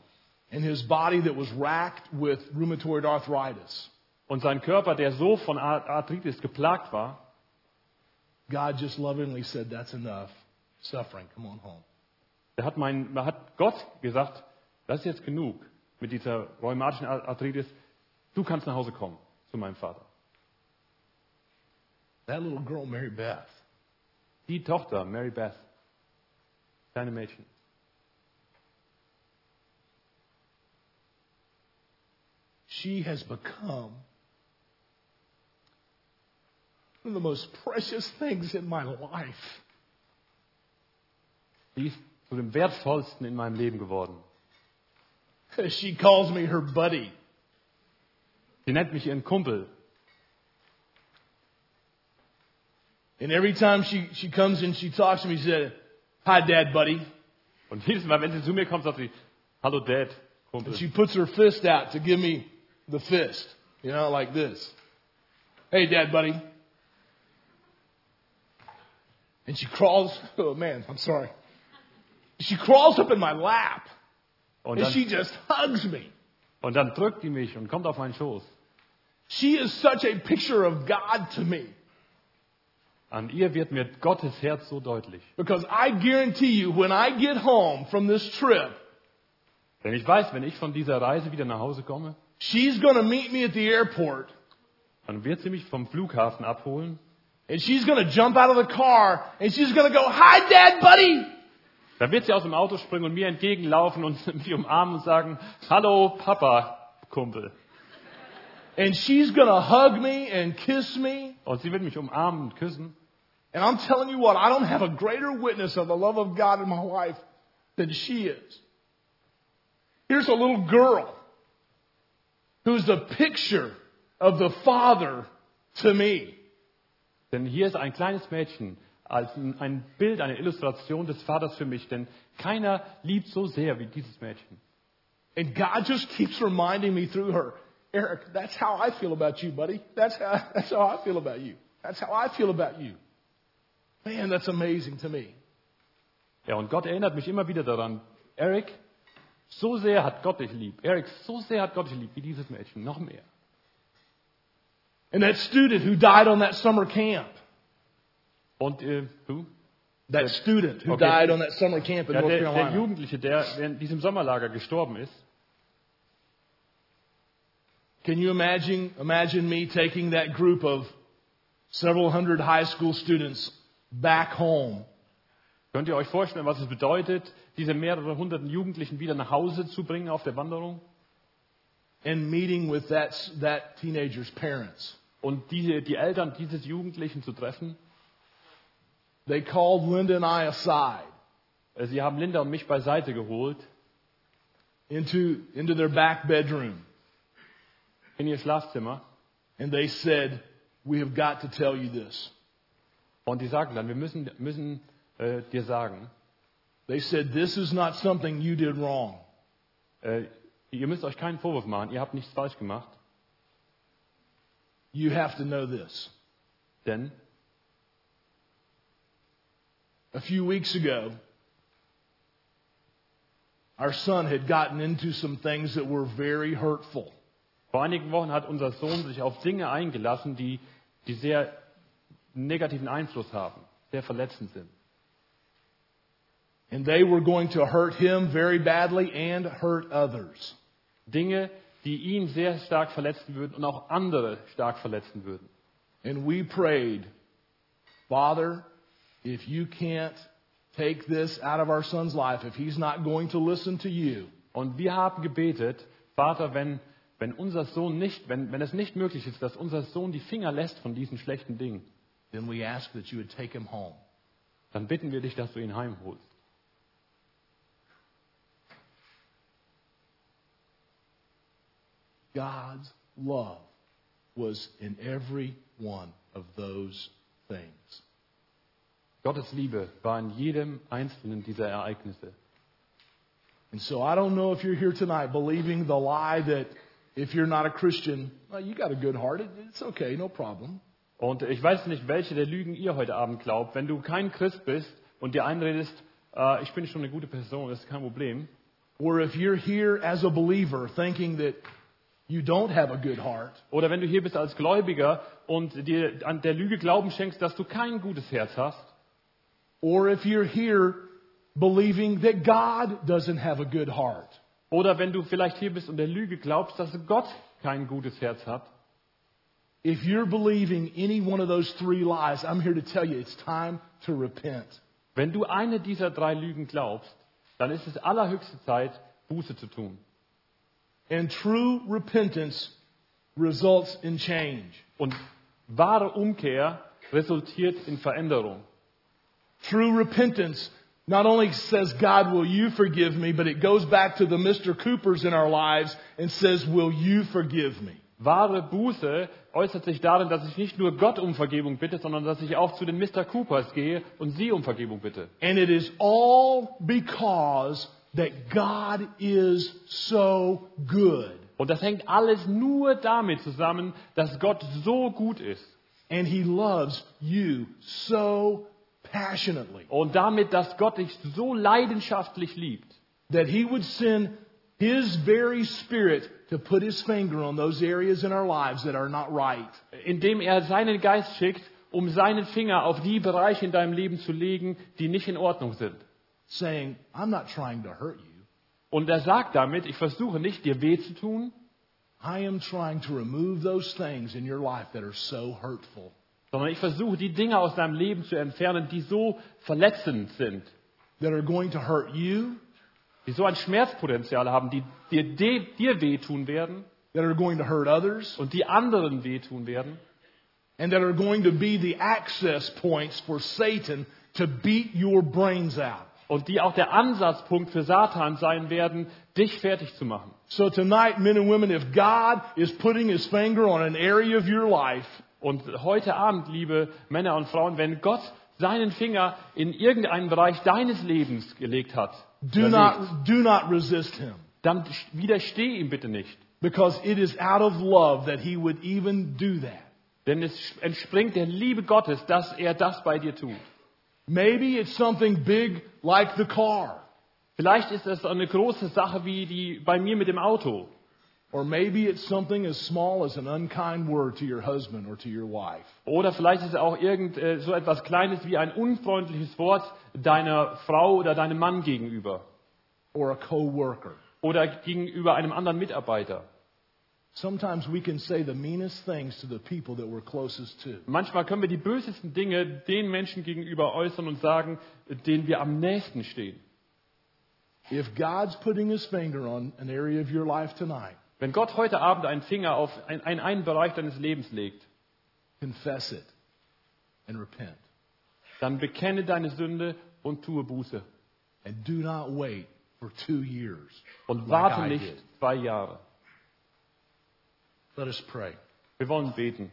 [SPEAKER 1] And his body that was racked with rheumatoid arthritis,
[SPEAKER 2] Und sein Körper, der so von Ar- Arthritis geplagt war,
[SPEAKER 1] God just lovingly said, That's enough. Suffering, come on home.
[SPEAKER 2] Da hat, mein, da hat Gott gesagt, das ist jetzt genug mit dieser rheumatischen Ar- Arthritis. Du kannst nach Hause kommen zu meinem Vater.
[SPEAKER 1] That little girl, Mary Beth,
[SPEAKER 2] Die Tochter, Mary Beth, kleine Mädchen.
[SPEAKER 1] she has become one of the most precious things in my life. *laughs*
[SPEAKER 2] Die ist zu dem wertvollsten in meinem Leben geworden.
[SPEAKER 1] She calls me her buddy.
[SPEAKER 2] Sie nennt mich ihren Kumpel.
[SPEAKER 1] And every time she, she comes and she talks to me, she said, Hi, Dad, buddy.
[SPEAKER 2] Und jedes Mal, wenn sie zu mir kommt, sagt sie, hallo Dad, Kumpel.
[SPEAKER 1] And she puts her fist out to give me the fist, you know, like this. Hey, Dad, buddy. And she crawls, *laughs* oh man, I'm sorry. She crawls up in my lap
[SPEAKER 2] Und
[SPEAKER 1] and she
[SPEAKER 2] dann,
[SPEAKER 1] just hugs me.
[SPEAKER 2] und dann drückt die mich und kommt auf meinen Schoß.
[SPEAKER 1] She is such a picture of God to me
[SPEAKER 2] An ihr wird mir Gottes Herz so deutlich.
[SPEAKER 1] because I guarantee you when I get home from this trip,
[SPEAKER 2] Denn ich weiß, wenn ich von dieser Reise wieder nach Hause komme,
[SPEAKER 1] she's going to meet me at the airport
[SPEAKER 2] dann wird sie mich vom Flughafen abholen.
[SPEAKER 1] and she's going to jump out of the car and she's going to go, hi dad, buddy.
[SPEAKER 2] Dann wird sie aus dem Auto springen und mir entgegenlaufen und *laughs* mich umarmen und sagen, Hallo Papa, Kumpel.
[SPEAKER 1] And she's going to hug me and kiss me.
[SPEAKER 2] Und sie wird mich umarmen und küssen.
[SPEAKER 1] And I'm telling you what, I don't have a greater witness of the love of God in my life than she is. Here's a little girl who's the picture of the Father to me.
[SPEAKER 2] Denn hier ist ein kleines Mädchen als ein ein Bild, eine Illustration des Vaters für mich. Denn keiner liebt so sehr wie dieses Mädchen.
[SPEAKER 1] And God just keeps reminding me through her, Eric, that's how I feel about you, buddy. That's how, *laughs* that's how I feel about you. That's how I feel about you. Man, that's amazing to me.
[SPEAKER 2] Ja, und Gott erinnert mich immer wieder daran, Eric, so sehr hat Gott dich lieb. Eric, so sehr hat Gott dich lieb wie dieses Mädchen. Noch mehr.
[SPEAKER 1] And that student who died on that summer camp,
[SPEAKER 2] Und äh, who?
[SPEAKER 1] that student who
[SPEAKER 2] Okay.
[SPEAKER 1] died on that summer camp in
[SPEAKER 2] Ja,
[SPEAKER 1] North
[SPEAKER 2] der,
[SPEAKER 1] Carolina.
[SPEAKER 2] der Jugendliche, der während diesem Sommerlager gestorben ist.
[SPEAKER 1] Can you imagine, imagine me taking that group of several hundred high school students back home
[SPEAKER 2] Könnt ihr euch vorstellen, was es bedeutet, diese mehrere hunderten Jugendlichen wieder nach Hause zu bringen auf der Wanderung?
[SPEAKER 1] and meeting with that, that teenager's parents?
[SPEAKER 2] Und diese, die Eltern dieses Jugendlichen zu treffen?
[SPEAKER 1] They called Linda and I aside
[SPEAKER 2] Äh, Sie haben Linda und mich beiseite geholt
[SPEAKER 1] into, into their back bedroom
[SPEAKER 2] in ihr Schlafzimmer
[SPEAKER 1] and they said, We have got to tell you this.
[SPEAKER 2] und die sagten dann, wir müssen, müssen äh, dir sagen,
[SPEAKER 1] They said, This is not something you did wrong.
[SPEAKER 2] äh, ihr müsst euch keinen Vorwurf machen, ihr habt nichts falsch gemacht,
[SPEAKER 1] You have to know this.
[SPEAKER 2] denn
[SPEAKER 1] A few weeks ago, our son had gotten into some things that were very hurtful.
[SPEAKER 2] vor einigen Wochen hat unser Sohn sich auf Dinge eingelassen, die, die sehr negativen Einfluss haben, sehr verletzend sind.
[SPEAKER 1] And they were going to hurt him very badly and hurt others.
[SPEAKER 2] Dinge, die ihn sehr stark verletzen würden und auch andere stark verletzen würden.
[SPEAKER 1] And we prayed, Father, if you can't take this out of our son's life, if he's not going to listen to you,
[SPEAKER 2] Und wir haben gebetet, Vater, wenn, wenn unser Sohn nicht, wenn, wenn es nicht möglich ist, dass unser Sohn die Finger lässt von diesen schlechten Dingen,
[SPEAKER 1] then we ask that you would take him home.
[SPEAKER 2] dann bitten wir dich, dass du ihn heimholst.
[SPEAKER 1] God's love was in every one of those things.
[SPEAKER 2] Gottes Liebe war in jedem einzelnen dieser Ereignisse.
[SPEAKER 1] And so I don't know if you're here tonight believing the lie that if you're not a Christian, well, you got a good heart. It- It's okay, no problem.
[SPEAKER 2] Und ich weiß nicht, welche der Lügen ihr heute Abend glaubt. Wenn du kein Christ bist und dir einredest, äh, ich bin schon eine gute Person, das ist kein Problem,
[SPEAKER 1] Or if you're here as a believer thinking that you don't have a good heart,
[SPEAKER 2] Oder wenn du hier bist als Gläubiger und dir an der Lüge Glauben schenkst, dass du kein gutes Herz hast.
[SPEAKER 1] or if you're here believing that God doesn't have a good heart,
[SPEAKER 2] Oder wenn du vielleicht hier bist und der Lüge glaubst, dass Gott kein gutes Herz hat.
[SPEAKER 1] if you're believing any one of those three lies, I'm here to tell you it's time to repent.
[SPEAKER 2] Wenn du eine dieser drei Lügen glaubst, dann ist es allerhöchste Zeit, Buße zu tun.
[SPEAKER 1] And true repentance results in change.
[SPEAKER 2] Und wahre Umkehr resultiert in Veränderung.
[SPEAKER 1] True repentance not only says, God, will you forgive me, but it goes back to the Mr. Coopers in our lives and says, will you forgive me?
[SPEAKER 2] Wahre Buße äußert sich darin, dass ich nicht nur Gott um Vergebung bitte, sondern dass ich auch zu den Mr. Coopers gehe und sie um Vergebung bitte.
[SPEAKER 1] And it is all because that God is so good.
[SPEAKER 2] Und das hängt alles nur damit zusammen, dass Gott so gut ist
[SPEAKER 1] And He loves you so passionately
[SPEAKER 2] Und damit, dass Gott dich so leidenschaftlich liebt,
[SPEAKER 1] that He would send His very Spirit to put His finger on those areas in our lives that are not right.
[SPEAKER 2] indem er seinen Geist schickt, um seinen Finger auf die Bereiche in deinem Leben zu legen, die nicht in Ordnung sind.
[SPEAKER 1] saying, I'm not trying to hurt you.
[SPEAKER 2] Und er sagt damit, ich versuche nicht, dir weh zu tun,
[SPEAKER 1] I am trying to remove those things in your life that are so hurtful.
[SPEAKER 2] sondern ich versuche, die Dinge aus deinem Leben zu entfernen, die so verletzend sind,
[SPEAKER 1] that are going to hurt you,
[SPEAKER 2] die so ein Schmerzpotenzial haben, die dir, dir, dir wehtun werden
[SPEAKER 1] that are going to hurt others,
[SPEAKER 2] und die anderen wehtun werden
[SPEAKER 1] and that are going to be the access points for Satan to beat your brains out.
[SPEAKER 2] und die auch der Ansatzpunkt für Satan sein werden, dich fertig zu machen.
[SPEAKER 1] So tonight, men and women, if God is putting his finger on an area of your life
[SPEAKER 2] Und heute Abend, liebe Männer und Frauen, wenn Gott seinen Finger in irgendeinen Bereich deines Lebens gelegt hat,
[SPEAKER 1] do
[SPEAKER 2] oder legt,
[SPEAKER 1] not, do not resist him
[SPEAKER 2] dann widersteh ihm bitte nicht.
[SPEAKER 1] because it is out of love that he would even do that.
[SPEAKER 2] Denn es entspringt der Liebe Gottes, dass er das bei dir tut.
[SPEAKER 1] Maybe it's something big like the car.
[SPEAKER 2] Vielleicht ist es eine große Sache wie die bei mir mit dem Auto.
[SPEAKER 1] Or maybe it's something as small as an unkind word to your husband or to your wife.
[SPEAKER 2] Oder vielleicht ist es auch irgend äh, so etwas Kleines wie ein unfreundliches Wort deiner Frau oder deinem Mann gegenüber.
[SPEAKER 1] or a coworker.
[SPEAKER 2] Oder gegenüber einem anderen Mitarbeiter.
[SPEAKER 1] Sometimes we can say the meanest things to the people that we're closest to.
[SPEAKER 2] Manchmal können wir die bösesten Dinge den Menschen gegenüber äußern und sagen, denen wir am nächsten stehen.
[SPEAKER 1] If God's putting his finger on an area of your life tonight,
[SPEAKER 2] Wenn Gott heute Abend einen Finger auf ein, ein, einen Bereich deines Lebens legt,
[SPEAKER 1] confess it and repent.
[SPEAKER 2] dann bekenne deine Sünde und tue Buße.
[SPEAKER 1] And do not wait for two years.
[SPEAKER 2] Und
[SPEAKER 1] like
[SPEAKER 2] warte
[SPEAKER 1] I
[SPEAKER 2] nicht
[SPEAKER 1] did.
[SPEAKER 2] zwei Jahre.
[SPEAKER 1] Let us pray.
[SPEAKER 2] Wir wollen beten.